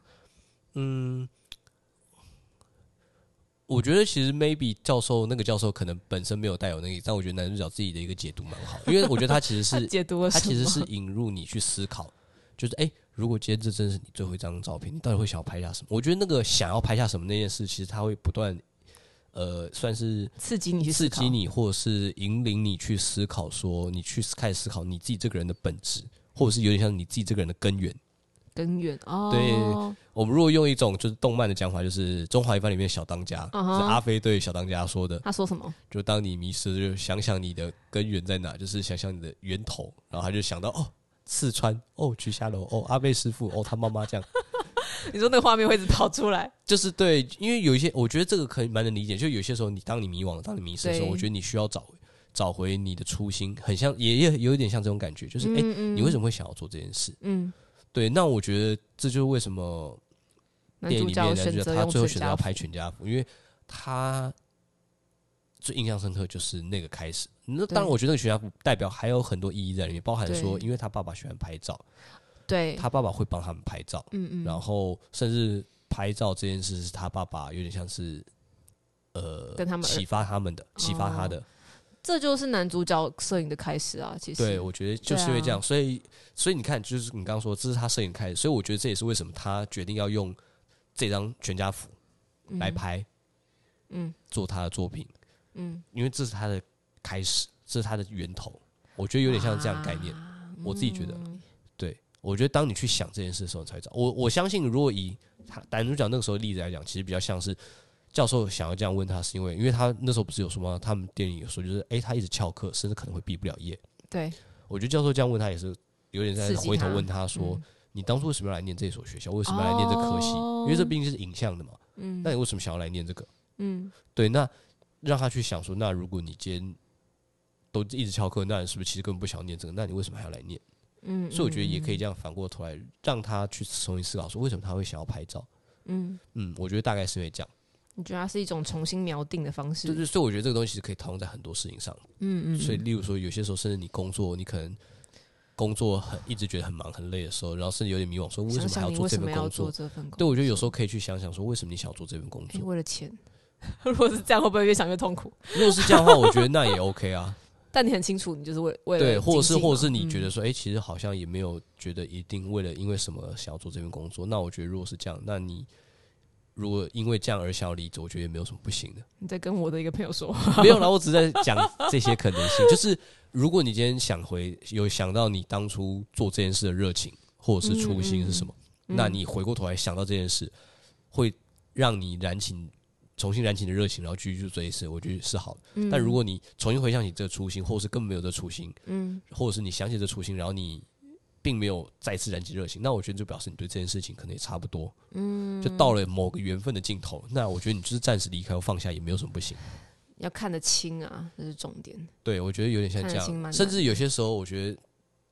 S2: 嗯，我觉得其实 maybe 教授那个教授可能本身没有带有那个，但我觉得男主角自己的一个解读蛮好，因为我觉得他其实
S1: 他
S2: 是
S1: 解读了
S2: 它
S1: 什么？
S2: 其实是引入你去思考，就是诶，如果今天这真是你最后一张照片，你到底会想要拍下什么？我觉得那个想要拍下什么那件事，其实它会不断，呃，算是
S1: 刺激你去思
S2: 刺
S1: 考
S2: 激，你，或者是引领你去思考说，你去开始思考你自己这个人的本质，或者是有点像你自己这个人的根源。
S1: 根源哦，
S2: 对我们如果用一种就是动漫的讲法，就是《中华一番》里面小当家
S1: 嗯哼嗯
S2: 是阿飞对小当家说的，
S1: 他说什么？
S2: 就当你迷失，就想想你的根源在哪，就是想想你的源头，然后他就想到哦，四川哦，菊下楼哦，阿贝师傅哦，他妈妈这样，
S1: 你说那个画面会一直跑出来，
S2: 就是对，因为有一些我觉得这个可以蛮能理解，就有些时候你当你迷惘了，当你迷失的时候，
S1: 对
S2: 我觉得你需要找找回你的初心，很像也也有一点像这种感觉，就是哎、诶
S1: 嗯
S2: 你为
S1: 么？
S2: 什么会想要做这件事？
S1: 嗯，
S2: 对，那我觉得这就是为什么
S1: 男
S2: 电影
S1: 主
S2: 里面
S1: 角
S2: 的男
S1: 选
S2: 主角
S1: 择
S2: 他
S1: 用
S2: 最后
S1: 全
S2: 选择
S1: 家
S2: 要
S1: 福
S2: 拍全家福，因为他最印象深刻就是那个开始。那当然，
S1: 对
S2: 我觉得那个全家福代表还有很多意义在里面，包含说，
S1: 对
S2: 因为他爸爸喜欢拍照，
S1: 对，
S2: 他爸爸会帮他们拍照，
S1: 嗯嗯，
S2: 然后甚至拍照这件事是他爸爸有点像是呃
S1: 跟他们儿哦
S2: 启发他们的，启发他的。
S1: 这就是男主角摄影的开始啊，其实
S2: 对，我觉得就是因为
S1: 啊
S2: 这样，所以所以你看，就是你刚刚说这是他摄影开始，所以我觉得这也是为什么他决定要用这张全家福来拍，
S1: 嗯
S2: 做他的作品，
S1: 嗯，
S2: 因为这是他的开始，这是他的源头。我觉得有点像这样概念。
S1: 啊
S2: 我自己觉得
S1: 嗯
S2: 对，我觉得当你去想这件事的时候，你才会知道。我我相信，如果以他男主角那个时候的例子来讲，其实比较像是教授想要这样问他，是因为因为他那时候不是有说吗？他们电影有说，就是诶，他一直翘课，甚至可能会毕不了业。
S1: 对，
S2: 我觉得教授这样问他也是有点在
S1: 刺激
S2: 回头
S1: 他嗯
S2: 问他说：“你当初为什么要来念这所学校？为什么要来念这科系？
S1: 哦
S2: 因为这毕竟是影像的嘛。
S1: 嗯
S2: 那你为什么想要来念这个？
S1: 嗯
S2: 对，那让他去想说，那如果你今天都一直翘课，那你是不是其实根本不想念这个？那你为什么还要来念？
S1: 嗯，
S2: 所以我觉得也可以这样反过头来，让他去重新思考说，为什么他会想要拍照？
S1: 嗯，嗯，
S2: 嗯，我觉得大概是因为这样。
S1: 你觉得它是一种重新瞄定的方
S2: 就
S1: 式？
S2: 是所以我觉得这个东西是可以套用在很多事情上。
S1: 嗯嗯，
S2: 所以，例如说，有些时候甚至你工作，你可能工作很一直觉得很忙很累的时候，然后甚至有点迷惘，说为什
S1: 想
S2: 么还
S1: 想
S2: 要
S1: 你
S2: 做
S1: 为
S2: 这
S1: 什么
S2: 份
S1: 要
S2: 工
S1: 做
S2: 作？
S1: 这份工作？
S2: 对，我觉得有时候可以去想想说，为什么你想要做这份工
S1: 哎
S2: 作？
S1: 为了
S2: [laughs]
S1: 钱，如果是这样，会不会越想越痛苦？
S2: 如果是这样的话，我觉得那也
S1: [laughs]
S2: OK 啊。
S1: 但你很清楚，你就是为为了
S2: 对，或者是
S1: 经济
S2: 或者是
S1: 嘛
S2: 你
S1: 嗯
S2: 觉得说，哎、其实好像也没有觉得一定为了因为什么想要做这份工作。那我觉得如果是这样，那你如果因为这样而想要离职，我觉得也没有什么不行的。
S1: 你在跟我的一个朋友说，
S2: [laughs] 没有啦，我只是在讲这些可能性。就是如果你今天想回，有想到你当初做这件事的热情或者是初心是什么，
S1: 嗯嗯
S2: 那你回过头来想到这件事，会让你燃起重新燃起你的热情，然后继续去做这件事，我觉得是好的。
S1: 嗯
S2: 但如果你重新回想起这个初心，或者是根本没有这个初心，
S1: 嗯
S2: 或者是你想起这初心，然后你并没有再次燃起热情，那我觉得就表示你对这件事情可能也差不多，
S1: 嗯，
S2: 就到了某个缘分的尽头。那我觉得你就是暂时离开或放下也没有什么不行。
S1: 要看得清啊，这是重点。
S2: 对，我觉得有点像
S1: 看
S2: 这
S1: 得清
S2: 样，
S1: 蛮
S2: 甚
S1: 难
S2: 至有些时候，我觉得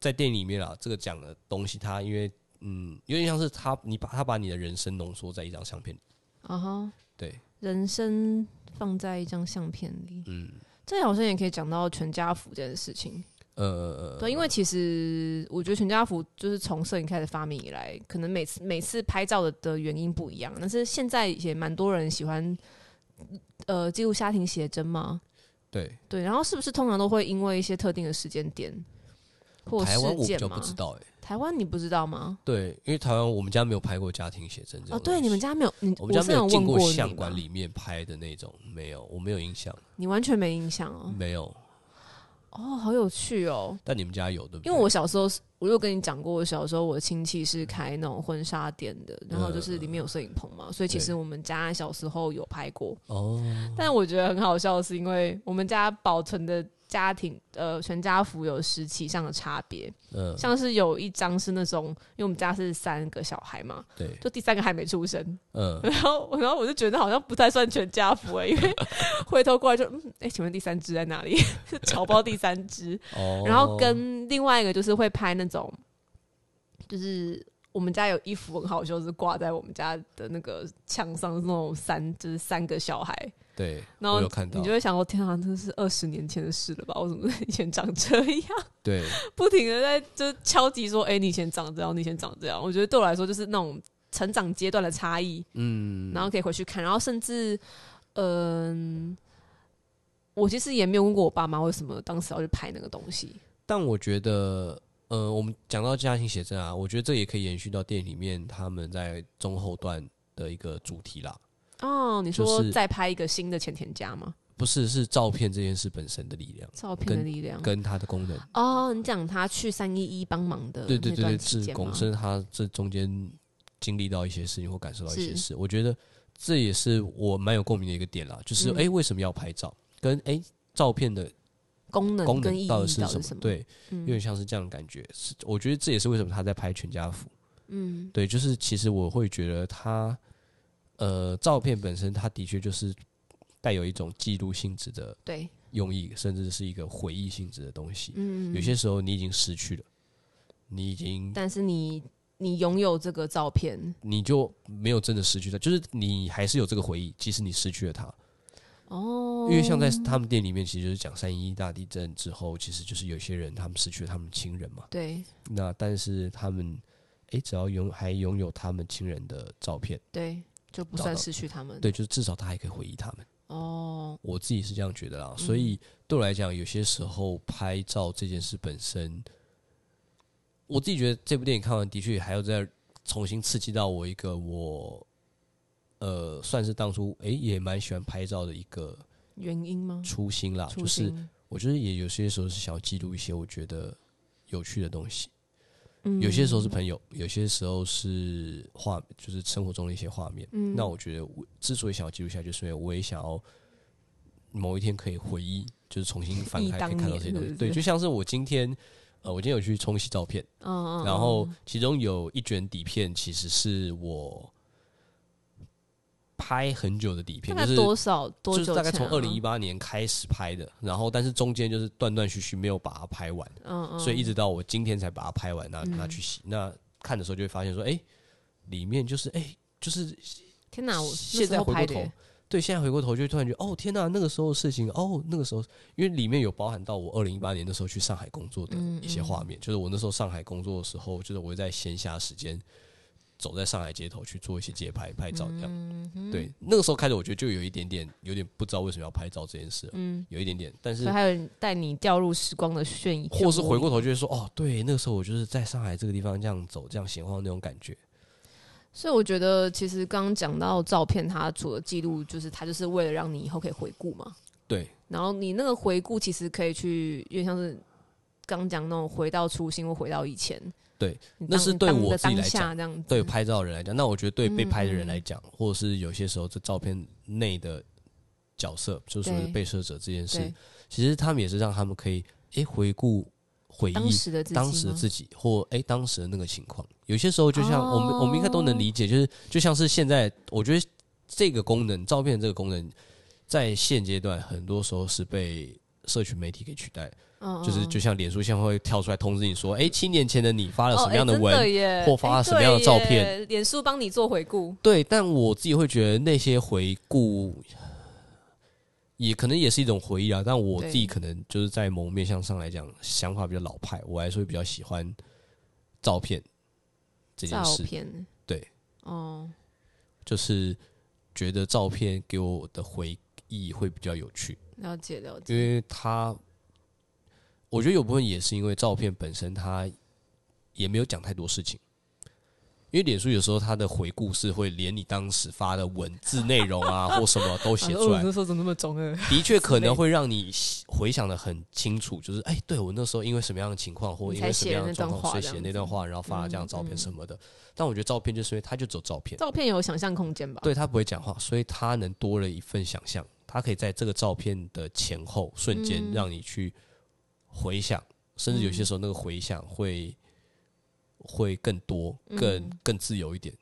S2: 在电影里面啊，这个讲的东西，它因为嗯，有点像是他，你把他把你的人生浓缩在一张相片里。
S1: 啊哈，
S2: 对，
S1: 人生放在一张相片里，
S2: 嗯，
S1: 这好像也可以讲到全家福这件事情。
S2: 呃，
S1: 对，因为其实我觉得全家福就是从摄影开始发明以来，可能每次每次拍照的的原因不一样，但是现在也蛮多人喜欢呃记录家庭写真嘛。
S2: 对，
S1: 对，然后是不是通常都会因为一些特定的时间点或
S2: 台湾
S1: 事
S2: 我比
S1: 件
S2: 较
S1: 嘛
S2: 不？知道哎、
S1: 台湾你不知道吗？
S2: 对，因为台湾我们家没有拍过家庭写真这
S1: 哦，
S2: 种
S1: 对，
S2: 东
S1: 你们
S2: 西。
S1: 家没有你，
S2: 我们家
S1: 是
S2: 没有
S1: 问
S2: 进过
S1: 过你
S2: 相
S1: 吗
S2: 馆里面拍的那种，没有，我没有印象，
S1: 你完全没印象哦。
S2: 没有。
S1: 哦，好有趣哦！
S2: 但你们家有对不对？
S1: 因为我小时候是，我有跟你讲过，我小时候我的亲戚是开那种婚纱店的，然后就是里面有摄影棚嘛，所以其实
S2: 对
S1: 我们家小时候有拍过。
S2: 哦，
S1: 但我觉得很好笑的是，因为我们家保存的家庭呃全家福有时期上的差别，
S2: 嗯、
S1: 像是有一张是那种，因为我们家是三个小孩嘛，
S2: 对，
S1: 就第三个还没出生，
S2: 嗯、
S1: 然后然后我就觉得好像不太算全家福哎、因为 [laughs] 回头过来就嗯，哎、请问第三只在哪里？ [laughs] 是草包第三只。[laughs]
S2: 哦，
S1: 然后跟另外一个就是会拍那种，就是我们家有一幅很好笑，是挂在我们家的那个墙上，是那种三就是三个小孩，
S2: 对，
S1: 然
S2: 我
S1: 后
S2: 有看到
S1: 你就，会想说，天啊，这是二十年前的事了吧？我怎么以前长这样？
S2: 对，
S1: 不停的在就是敲击说，哎、你以前长这样，你以前长这样。我觉得对我来说就是那种成长阶段的差异，
S2: 嗯，
S1: 然后可以回去看，然后甚至，嗯、我其实也没有问过我爸妈为什么当时要去拍那个东西。
S2: 但我觉得，呃，我们讲到家庭写真啊，我觉得这也可以延续到电影里面他们在中后段的一个主题啦，
S1: 哦，你
S2: 就
S1: 说
S2: 是
S1: 再拍一个新的前田家吗？
S2: 不是是照片这件事本身的力量
S1: 照片的
S2: 跟
S1: 力量。
S2: 跟它的功能。
S1: 哦，你讲他去三一一帮忙的
S2: 对对
S1: 呃那
S2: 对对，
S1: 段期
S2: 是
S1: 间
S2: 巩
S1: 吗？
S2: 生他这中间经历到一些事情或感受到一些
S1: 是
S2: 事，我觉得这也是我蛮有共鸣的一个点啦，就是
S1: 嗯
S2: 诶，为什么要拍照，跟诶，照片的
S1: 功能
S2: 功
S1: 跟意
S2: 能
S1: 义
S2: 到
S1: 到
S2: 底
S1: 底
S2: 是什
S1: 是
S2: 么？
S1: 什么？，
S2: 对，有
S1: 嗯
S2: 点像是这样的感觉。是，我觉得这也是为什么他在拍全家福。
S1: 嗯
S2: 对，就是其实我会觉得它，呃，照片本身它的确就是带有一种记录性质的
S1: 对，
S2: 用意，甚至是一个回忆性质的东西。
S1: 嗯，
S2: 有些时候你已经失去了，你已经
S1: 但是你你拥有这个照片
S2: 你就没有真的失去它，就是你还是有这个回忆，即使你失去了它。
S1: 哦，
S2: 因为像在他们店里面，其实就是讲三一一大地震之后，其实就是有些人他们失去了他们亲人嘛，
S1: 对
S2: 那但是他们。诶，只要拥还拥有他们亲人的照片，
S1: 对，就不
S2: 找
S1: 算
S2: 到
S1: 失去他们。
S2: 对，就是至少他还可以回忆他们。
S1: 哦，
S2: 我自己是这样觉得
S1: 嗯
S2: 啦，所以对我来讲，有些时候拍照这件事本身，我自己觉得这部电影看完的确还要再重新刺激到我一个我呃，算是当初诶、也蛮喜欢拍照的一个
S1: 原因吗？
S2: 初心啦，
S1: 初
S2: 就是
S1: 心
S2: 我觉得也有些时候是想要记录一些我觉得有趣的东西，
S1: 嗯
S2: 有些时候是朋友，有些时候是画，就是生活中的一些画面。
S1: 嗯
S2: 那我觉得我之所以想要记录下来，就是因为我也想要某一天可以回忆，就是重新翻
S1: 忆
S2: 开
S1: 当
S2: 可以看到
S1: 年
S2: 这些东
S1: 是
S2: 西。
S1: 不
S2: 对，
S1: 是
S2: 就像是我今天，呃，我今天有去冲洗照片，
S1: 嗯，嗯嗯，
S2: 然后其中有一卷底片其实是我拍很久的底片，
S1: 大
S2: 就
S1: 概
S2: 是
S1: 多少多
S2: 就
S1: 久
S2: 是
S1: 前啊？
S2: 大概从二零一八年开始拍的，然后但是中间就是断断续续没有把它拍完，
S1: 嗯嗯，
S2: 所以一直到我今天才把它拍完，拿拿去洗。那看的时候就会发现说，哎、里面就是哎、就是
S1: 天哪，我那
S2: 现
S1: 时
S2: 在
S1: 候
S2: 回
S1: 拍
S2: 过
S1: 的
S2: 头
S1: 耶，，
S2: 对，现在回过头就会突然觉得，哦天哪，那个时候的事情，哦那个时候，因为里面有包含到我二零一八年的时候去上海工作的
S1: 嗯
S2: 一些画面，就是我那时候上海工作的时候，就是我会在闲暇时间走在上海街头去做一些街拍拍照这样。
S1: 嗯
S2: 对，那个时候开始，我觉得就有一点点，有点不知道为什么要拍照这件事了，
S1: 嗯，
S2: 有一点点，但是
S1: 所以还有人带你掉入时光的漩涡，
S2: 或是回过头就会说，哦，对，那个时候我就是在上海这个地方这样走，这样闲晃那种感觉。
S1: 所以我觉得，其实刚刚讲到照片，它除了记录，就是它就是为了让你以后可以回顾嘛。
S2: 对，
S1: 然后你那个回顾，其实可以去，有点像是刚讲那种回到初心或回到以前。
S2: 对
S1: 你当，
S2: 那是对
S1: 你当
S2: 我
S1: 的
S2: 自己
S1: 当
S2: 来
S1: 下
S2: 讲，
S1: 这样子。
S2: 对拍照的人来讲，那我觉得对被拍的
S1: 嗯
S2: 人来讲，或者是有些时候这照片内的角色，就是所谓的
S1: 对
S2: 被摄者这件事
S1: 对，
S2: 其实他们也是让他们可以诶回顾回忆
S1: 当时的自己吗，
S2: 当时的自己，或哎、当时的那个情况，有些时候就像我们、我们应该都
S1: 哦
S2: 能理解，就是就像是现在，我觉得这个功能，照片这个功能，在现阶段很多时候是被社群媒体给取代，
S1: 嗯，嗯
S2: 就是就像脸书现在会跳出来通知你说，哎、七年前的你发了
S1: 哦
S2: 什么样
S1: 哎真
S2: 文，
S1: 的耶
S2: 或发
S1: 哎
S2: 什么样的照片
S1: 对耶脸书帮你做回顾。
S2: 对，但我自己会觉得那些回顾。也可能也是一种回忆啊，但我
S1: 对
S2: 自己可能就是在某面向上来讲，想法比较老派，我还是会比较喜欢照片这件
S1: 照
S2: 事。
S1: 片，
S2: 对，
S1: 哦，
S2: 就是觉得照片给我的回忆会比较有趣，
S1: 了解了解，
S2: 因为它，我觉得有部分也是因为照片本身它也没有讲太多事情。因为脸书有时候它的回顾是会连你当时发的文字内容啊或什么都写
S1: [laughs]
S2: 出来，
S1: 时候怎哦么那么啊中二？
S2: 的确可能会让你回想的很清楚，就是哎，对我那时候因为什么样的情况或
S1: 你
S2: 因
S1: 才
S2: 为什么
S1: 写了
S2: 样的
S1: 那段
S2: 状况，
S1: 话
S2: 所以
S1: 这
S2: 写
S1: 样嗯
S2: 那段话，然后发了这样的照片什么的。但我觉得照片就是因为它就只有照片，
S1: 照片有想象空间吧？
S2: 对他不会讲话，所以他能多了一份想象，他可以在这个照片的前后
S1: 嗯
S2: 瞬间让你去回想，甚至有些时候那个回想会会更多、
S1: 嗯
S2: 更更自由一点。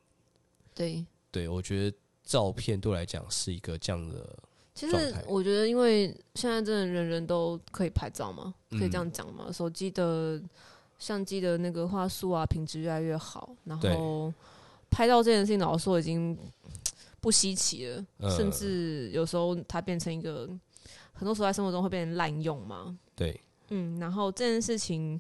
S1: 对，
S2: 对我觉得照片对我来讲是一个这样的，
S1: 其
S2: 状
S1: 实
S2: 态
S1: 我觉得，因为现在真的人人都可以拍照嘛，可以
S2: 嗯
S1: 这样讲嘛。手机的相机的那个画素啊，品质越来越好，然
S2: 对
S1: 后拍照这件事情，老实说已经不稀奇了，
S2: 呃
S1: 甚至有时候它变成一个，很多时候在生活中会被人滥用嘛。
S2: 对
S1: 嗯，然后这件事情，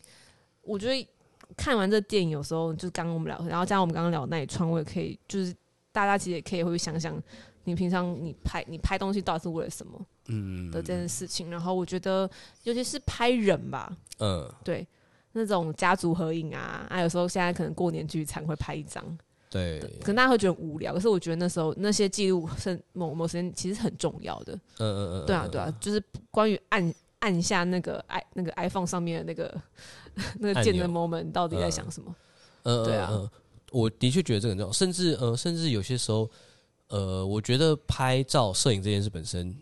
S1: 我觉得看完这电影，有时候就刚刚我们聊，然后加上我们刚刚聊的那一串，我也可以，就是大家其实也可以会想想，你平常你拍你拍东西到底是为了什么
S2: 嗯
S1: 的这件事情。然后我觉得，尤其是拍人吧，
S2: 嗯，
S1: 对那种家族合影啊，啊，有时候现在可能过年聚餐会拍一张，
S2: 对，
S1: 可能大家会觉得很无聊，可是我觉得那时候那些记录是某某时间其实很重要的。
S2: 嗯嗯嗯，
S1: 对啊，对啊，就是关于按按下那个 i 那个 iPhone 上面的那个 [laughs] 那个键的
S2: 按呃
S1: moment 到底在想什么？
S2: 嗯，
S1: 对啊
S2: 嗯，嗯我的确觉得这个很重要，甚至呃，甚至有些时候，呃，我觉得拍照、摄影这件事本身，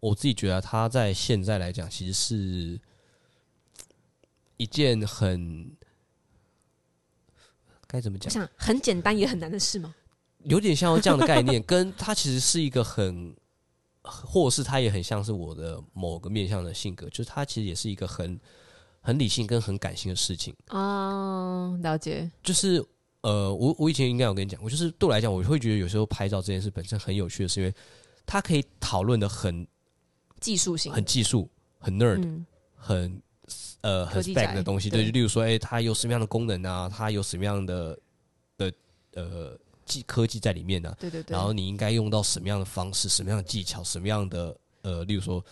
S2: 我自己觉得它在现在来讲，其实是一件很该怎么
S1: 我
S2: 讲，
S1: 想很简单也很难的事吗？
S2: 有点像这样的
S1: [laughs]
S2: 概念，跟它其实是一个很，或者是它也很像是我的某个面向的性格，就是它其实也是一个很很理性跟很感性的事情。哦
S1: 啊，了解，
S2: 就是呃，我我以前应该有跟你讲过，就是对我来讲，我会觉得有时候拍照这件事本身很有趣的是，因为它可以讨论的很
S1: 技术性的，
S2: 很技术、很 nerd、
S1: 嗯，
S2: 很呃
S1: 科
S2: 很
S1: 技
S2: spec
S1: 宅
S2: 的东西。
S1: 对
S2: 对，就例如说，哎、它有什么样的功能啊？它有什么样的的呃技科技在里面呢、啊
S1: 对对对，
S2: 然后你应该用到什么样的方式、什么样的技巧、什么样的呃，例如说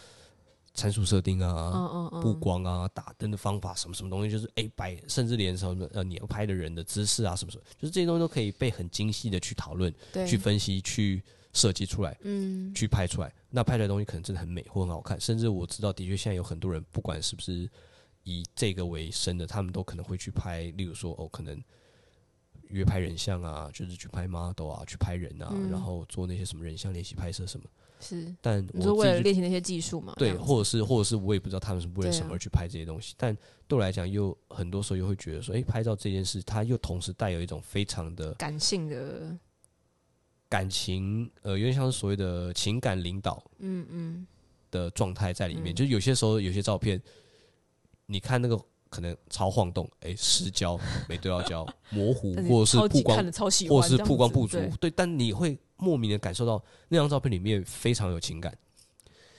S2: 参数设定啊、
S1: 嗯嗯嗯，
S2: 布光啊、打灯的方法，什么什么东西，就是哎摆，甚至连什么呃你要拍的人的姿势啊，什么什么，就是这些东西都可以被很精细的去讨论、
S1: 对，
S2: 去分析、去设计出来。
S1: 嗯
S2: 去拍出来，那拍出来的东西可能真的很美或很好看，甚至我知道，的确现在有很多人，不管是不是以这个为生的，他们都可能会去拍，例如说哦，可能约拍人像啊，就是去拍 model 啊，去拍人啊，
S1: 嗯
S2: 然后做那些什么人像练习拍摄什么。
S1: 是，
S2: 但
S1: 你说
S2: 我
S1: 为了
S2: 自己就
S1: 练习那些技术嘛？这
S2: 对，
S1: 样子
S2: 或者是或者是我也不知道他们是为了什
S1: 对啊
S2: 么而去拍这些东西，但对我来讲，又很多时候又会觉得说，诶，拍照这件事，它又同时带有一种非常的
S1: 感性的，
S2: 感情，呃，有点像是所谓的情感领导。
S1: 嗯嗯，
S2: 的状态在里面。就是有些时候有些照片，你看那个可能超晃动，哎、失焦、没对到焦、模
S1: [laughs]
S2: 糊，
S1: 但
S2: 或者是
S1: 超级
S2: 曝
S1: 看
S2: 光
S1: 的，超喜欢，
S2: 或者是曝光不足
S1: 这样子，
S2: 对，但你会莫名的感受到那张照片里面非常有情感。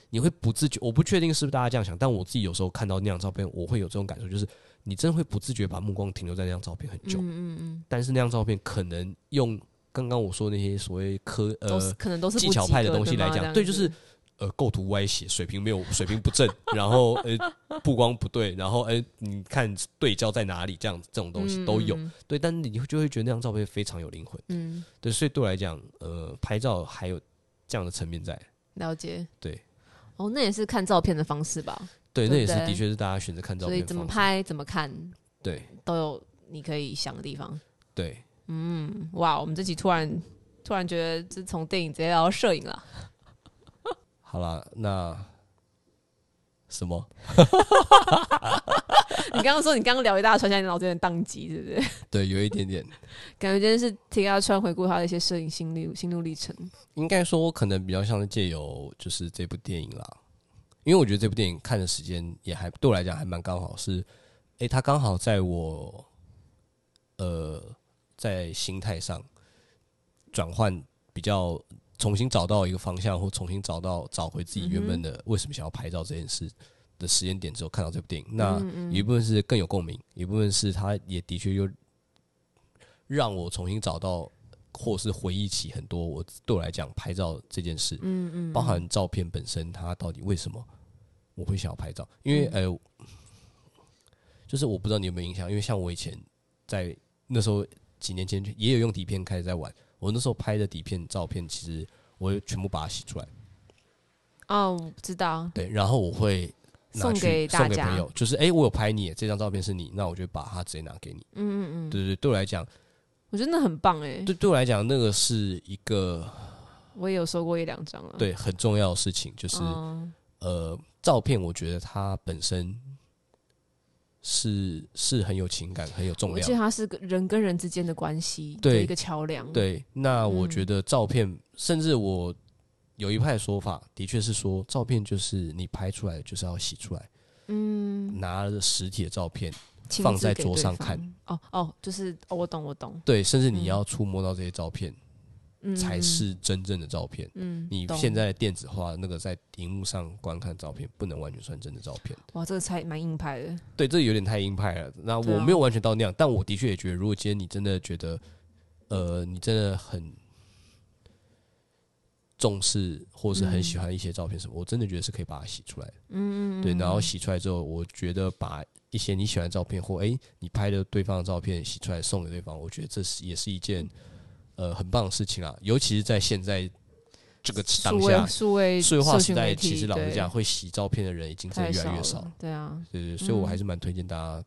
S2: 你会不自觉，我不确定是不是大家这样想，但我自己有时候看到那张照片，我会有这种感受，就是你真的会不自觉把目光停留在那张照片很
S1: 对
S2: 久，
S1: 嗯嗯嗯，
S2: 但是那张照片可能用刚刚我说的那些所谓科呃
S1: 都是可能都是
S2: 技
S1: 不
S2: 巧
S1: 及
S2: 派的
S1: 格
S2: 东西来
S1: 嘛这
S2: 讲，
S1: 样
S2: 对，就
S1: 子
S2: 是呃构图歪斜，水平没有水平不正， [laughs] 然后呃布光不对，然后呃你看对焦在哪里，这样子这种东西都有。，
S1: 嗯
S2: 对，但你就会觉得那张照片非常有灵魂。
S1: 嗯，嗯
S2: 对，所以对我来讲，呃，拍照还有这样的层面在。
S1: 了解，
S2: 对，
S1: 哦，那也是看照片的方式吧，
S2: 对，
S1: 对
S2: 那也是
S1: 对
S2: 的确是大家选择看照
S1: 所以
S2: 片
S1: 怎么
S2: 方式。
S1: 拍怎么看
S2: 对
S1: 都有你可以想的地方。
S2: 对，
S1: 嗯，哇，我们这集突然突然觉得，这从电影直接聊到摄影了。 [laughs]
S2: 好啦，那什么？
S1: 你刚刚说你刚刚聊一大串，现在你脑子有点宕机，是不是？
S2: 对，有一点点。
S1: [laughs] 感觉今天是听阿川回顾他的一些摄影心路心路历程。
S2: 应该说，我可能比较像是借由就是这部电影啦，因为我觉得这部电影看的时间也还对我来讲还蛮刚好是，诶、它刚好在我呃在心态上转换比较重新找到一个方向，或重新找到找回自己原
S1: 嗯
S2: 本的为什么想要拍照这件事的时间点之后，看到这部电影，那
S1: 嗯
S2: 有一部分是更有共鸣，有一部分是它也的确又让我重新找到。或是回忆起很多我对我来讲拍照这件事，
S1: 嗯嗯，
S2: 包含照片本身，它到底为什么我会想要拍照？
S1: 嗯
S2: 因为、呃，就是我不知道你有没有印象，因为像我以前在那时候几年前也有用底片开始在玩，我那时候拍的底片照片，其实我全部把它洗出来，
S1: 哦，我不知道，
S2: 对，然后我会拿
S1: 送
S2: 去
S1: 给大
S2: 送给
S1: 家
S2: 朋友，就是哎、诶我有拍你这张照片是你，那我就把它直接拿给你。
S1: 嗯嗯嗯，
S2: 对对对，对我来讲，
S1: 我觉得那很棒哎、
S2: 对对我来讲，那个是一个
S1: 我也有收过一两张啊。
S2: 对很重要的事情，就是。
S1: 嗯，
S2: 呃，照片我觉得它本身是是很有情感、很有重
S1: 我记得
S2: 量。
S1: 它是个人跟人之间的关系
S2: 对
S1: 的一个桥梁。，
S2: 对，那我
S1: 嗯
S2: 觉得照片，甚至我有一派说法，的确是说，照片就是你拍出来就是要洗出来，
S1: 嗯，
S2: 拿着实体的照片，
S1: 亲自
S2: 放在
S1: 给
S2: 桌
S1: 对
S2: 上
S1: 方
S2: 看。
S1: 哦哦，就是哦，我懂我懂，
S2: 对，甚至
S1: 嗯
S2: 你要触摸到这些照片，
S1: 嗯，
S2: 才
S1: 嗯
S2: 是真正的照片。
S1: 嗯，
S2: 你
S1: 懂
S2: 现在电子化那个在荧幕上观看的照片，不能完全算真的照片。
S1: 哇，这个才蛮硬派的。
S2: 对，这有点太硬派了。那
S1: 对
S2: 我
S1: 啊
S2: 没有完全到那样，但我的确也觉得，如果今天你真的觉得，呃，你真的很重视，或是
S1: 嗯
S2: 很喜欢一些照片什么，我真的觉得是可以把它洗出来的。
S1: 嗯，嗯
S2: 对，然后洗出来之后，我觉得把一些你喜欢的照片或诶你拍的对方的照片洗出来送给对方，我觉得这是也是一件呃很棒的事情啊，尤其是在现在这个当
S1: 数
S2: 下
S1: 位。数位
S2: 数位化
S1: 社
S2: 时
S1: 群
S2: 代，
S1: 媒体
S2: 其实老实
S1: 对
S2: 讲，会洗照片的人已经真
S1: 太
S2: 的越来越
S1: 少
S2: 少
S1: 了。。对啊，
S2: 对对，所以
S1: 嗯
S2: 我还是蛮推荐大家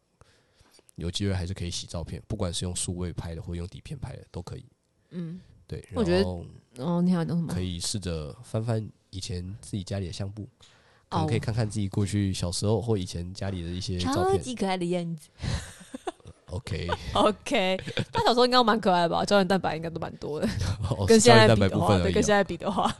S2: 有机会还是可以洗照片，不管是用数位拍的或用底片拍的都可以。
S1: 嗯，
S2: 对，
S1: 我觉得
S2: 然后
S1: 哦，你好，懂什么
S2: 可？以试着翻翻以前自己家里的相簿，可
S1: 哦
S2: 能可以看看自己过去小时候或以前家里的一些照
S1: 超
S2: 片。
S1: 级可爱的样子。
S2: OK， [laughs]
S1: OK，他小时候应该蛮可爱吧？胶原蛋白应该都蛮多的，
S2: 哦
S1: 跟现
S2: 胶
S1: 在
S2: 原蛋
S1: 比
S2: 白
S1: 的
S2: 部
S1: 话，
S2: 分而
S1: 对，
S2: 已
S1: 跟现
S2: 啊。
S1: 在比的话，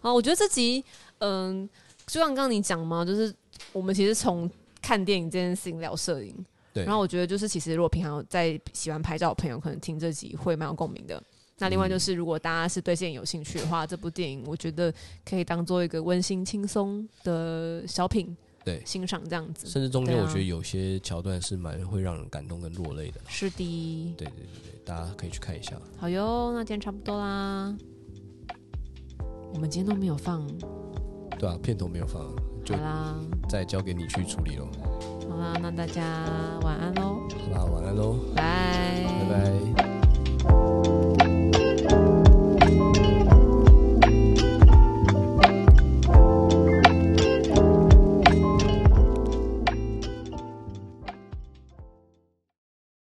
S1: 啊，我觉得这集，嗯，就像刚刚你讲嘛，就是我们其实从看电影这件事情聊摄影，
S2: 对
S1: 然后我觉得就是其实如果平常有在喜欢拍照的朋友，可能听这集会蛮有共鸣的。那另外就是，如果大家是对电影有兴趣的话，这部电影我觉得可以当做一个温馨轻松的小品
S2: 对，
S1: 欣赏，这样子。
S2: 甚至中间
S1: 对啊
S2: 我觉得有些桥段是蛮会让人感动跟落泪的，
S1: 是的，
S2: 对对对对，大家可以去看一下。
S1: 好哟，那今天差不多啦。我们今天都没有放
S2: 对啊，片头没有放啊，就
S1: 好啦，
S2: 再交给你去处理喽。
S1: 好啦，那大家晚安喽，
S2: 好啦，晚安喽，
S1: 拜
S2: 拜拜。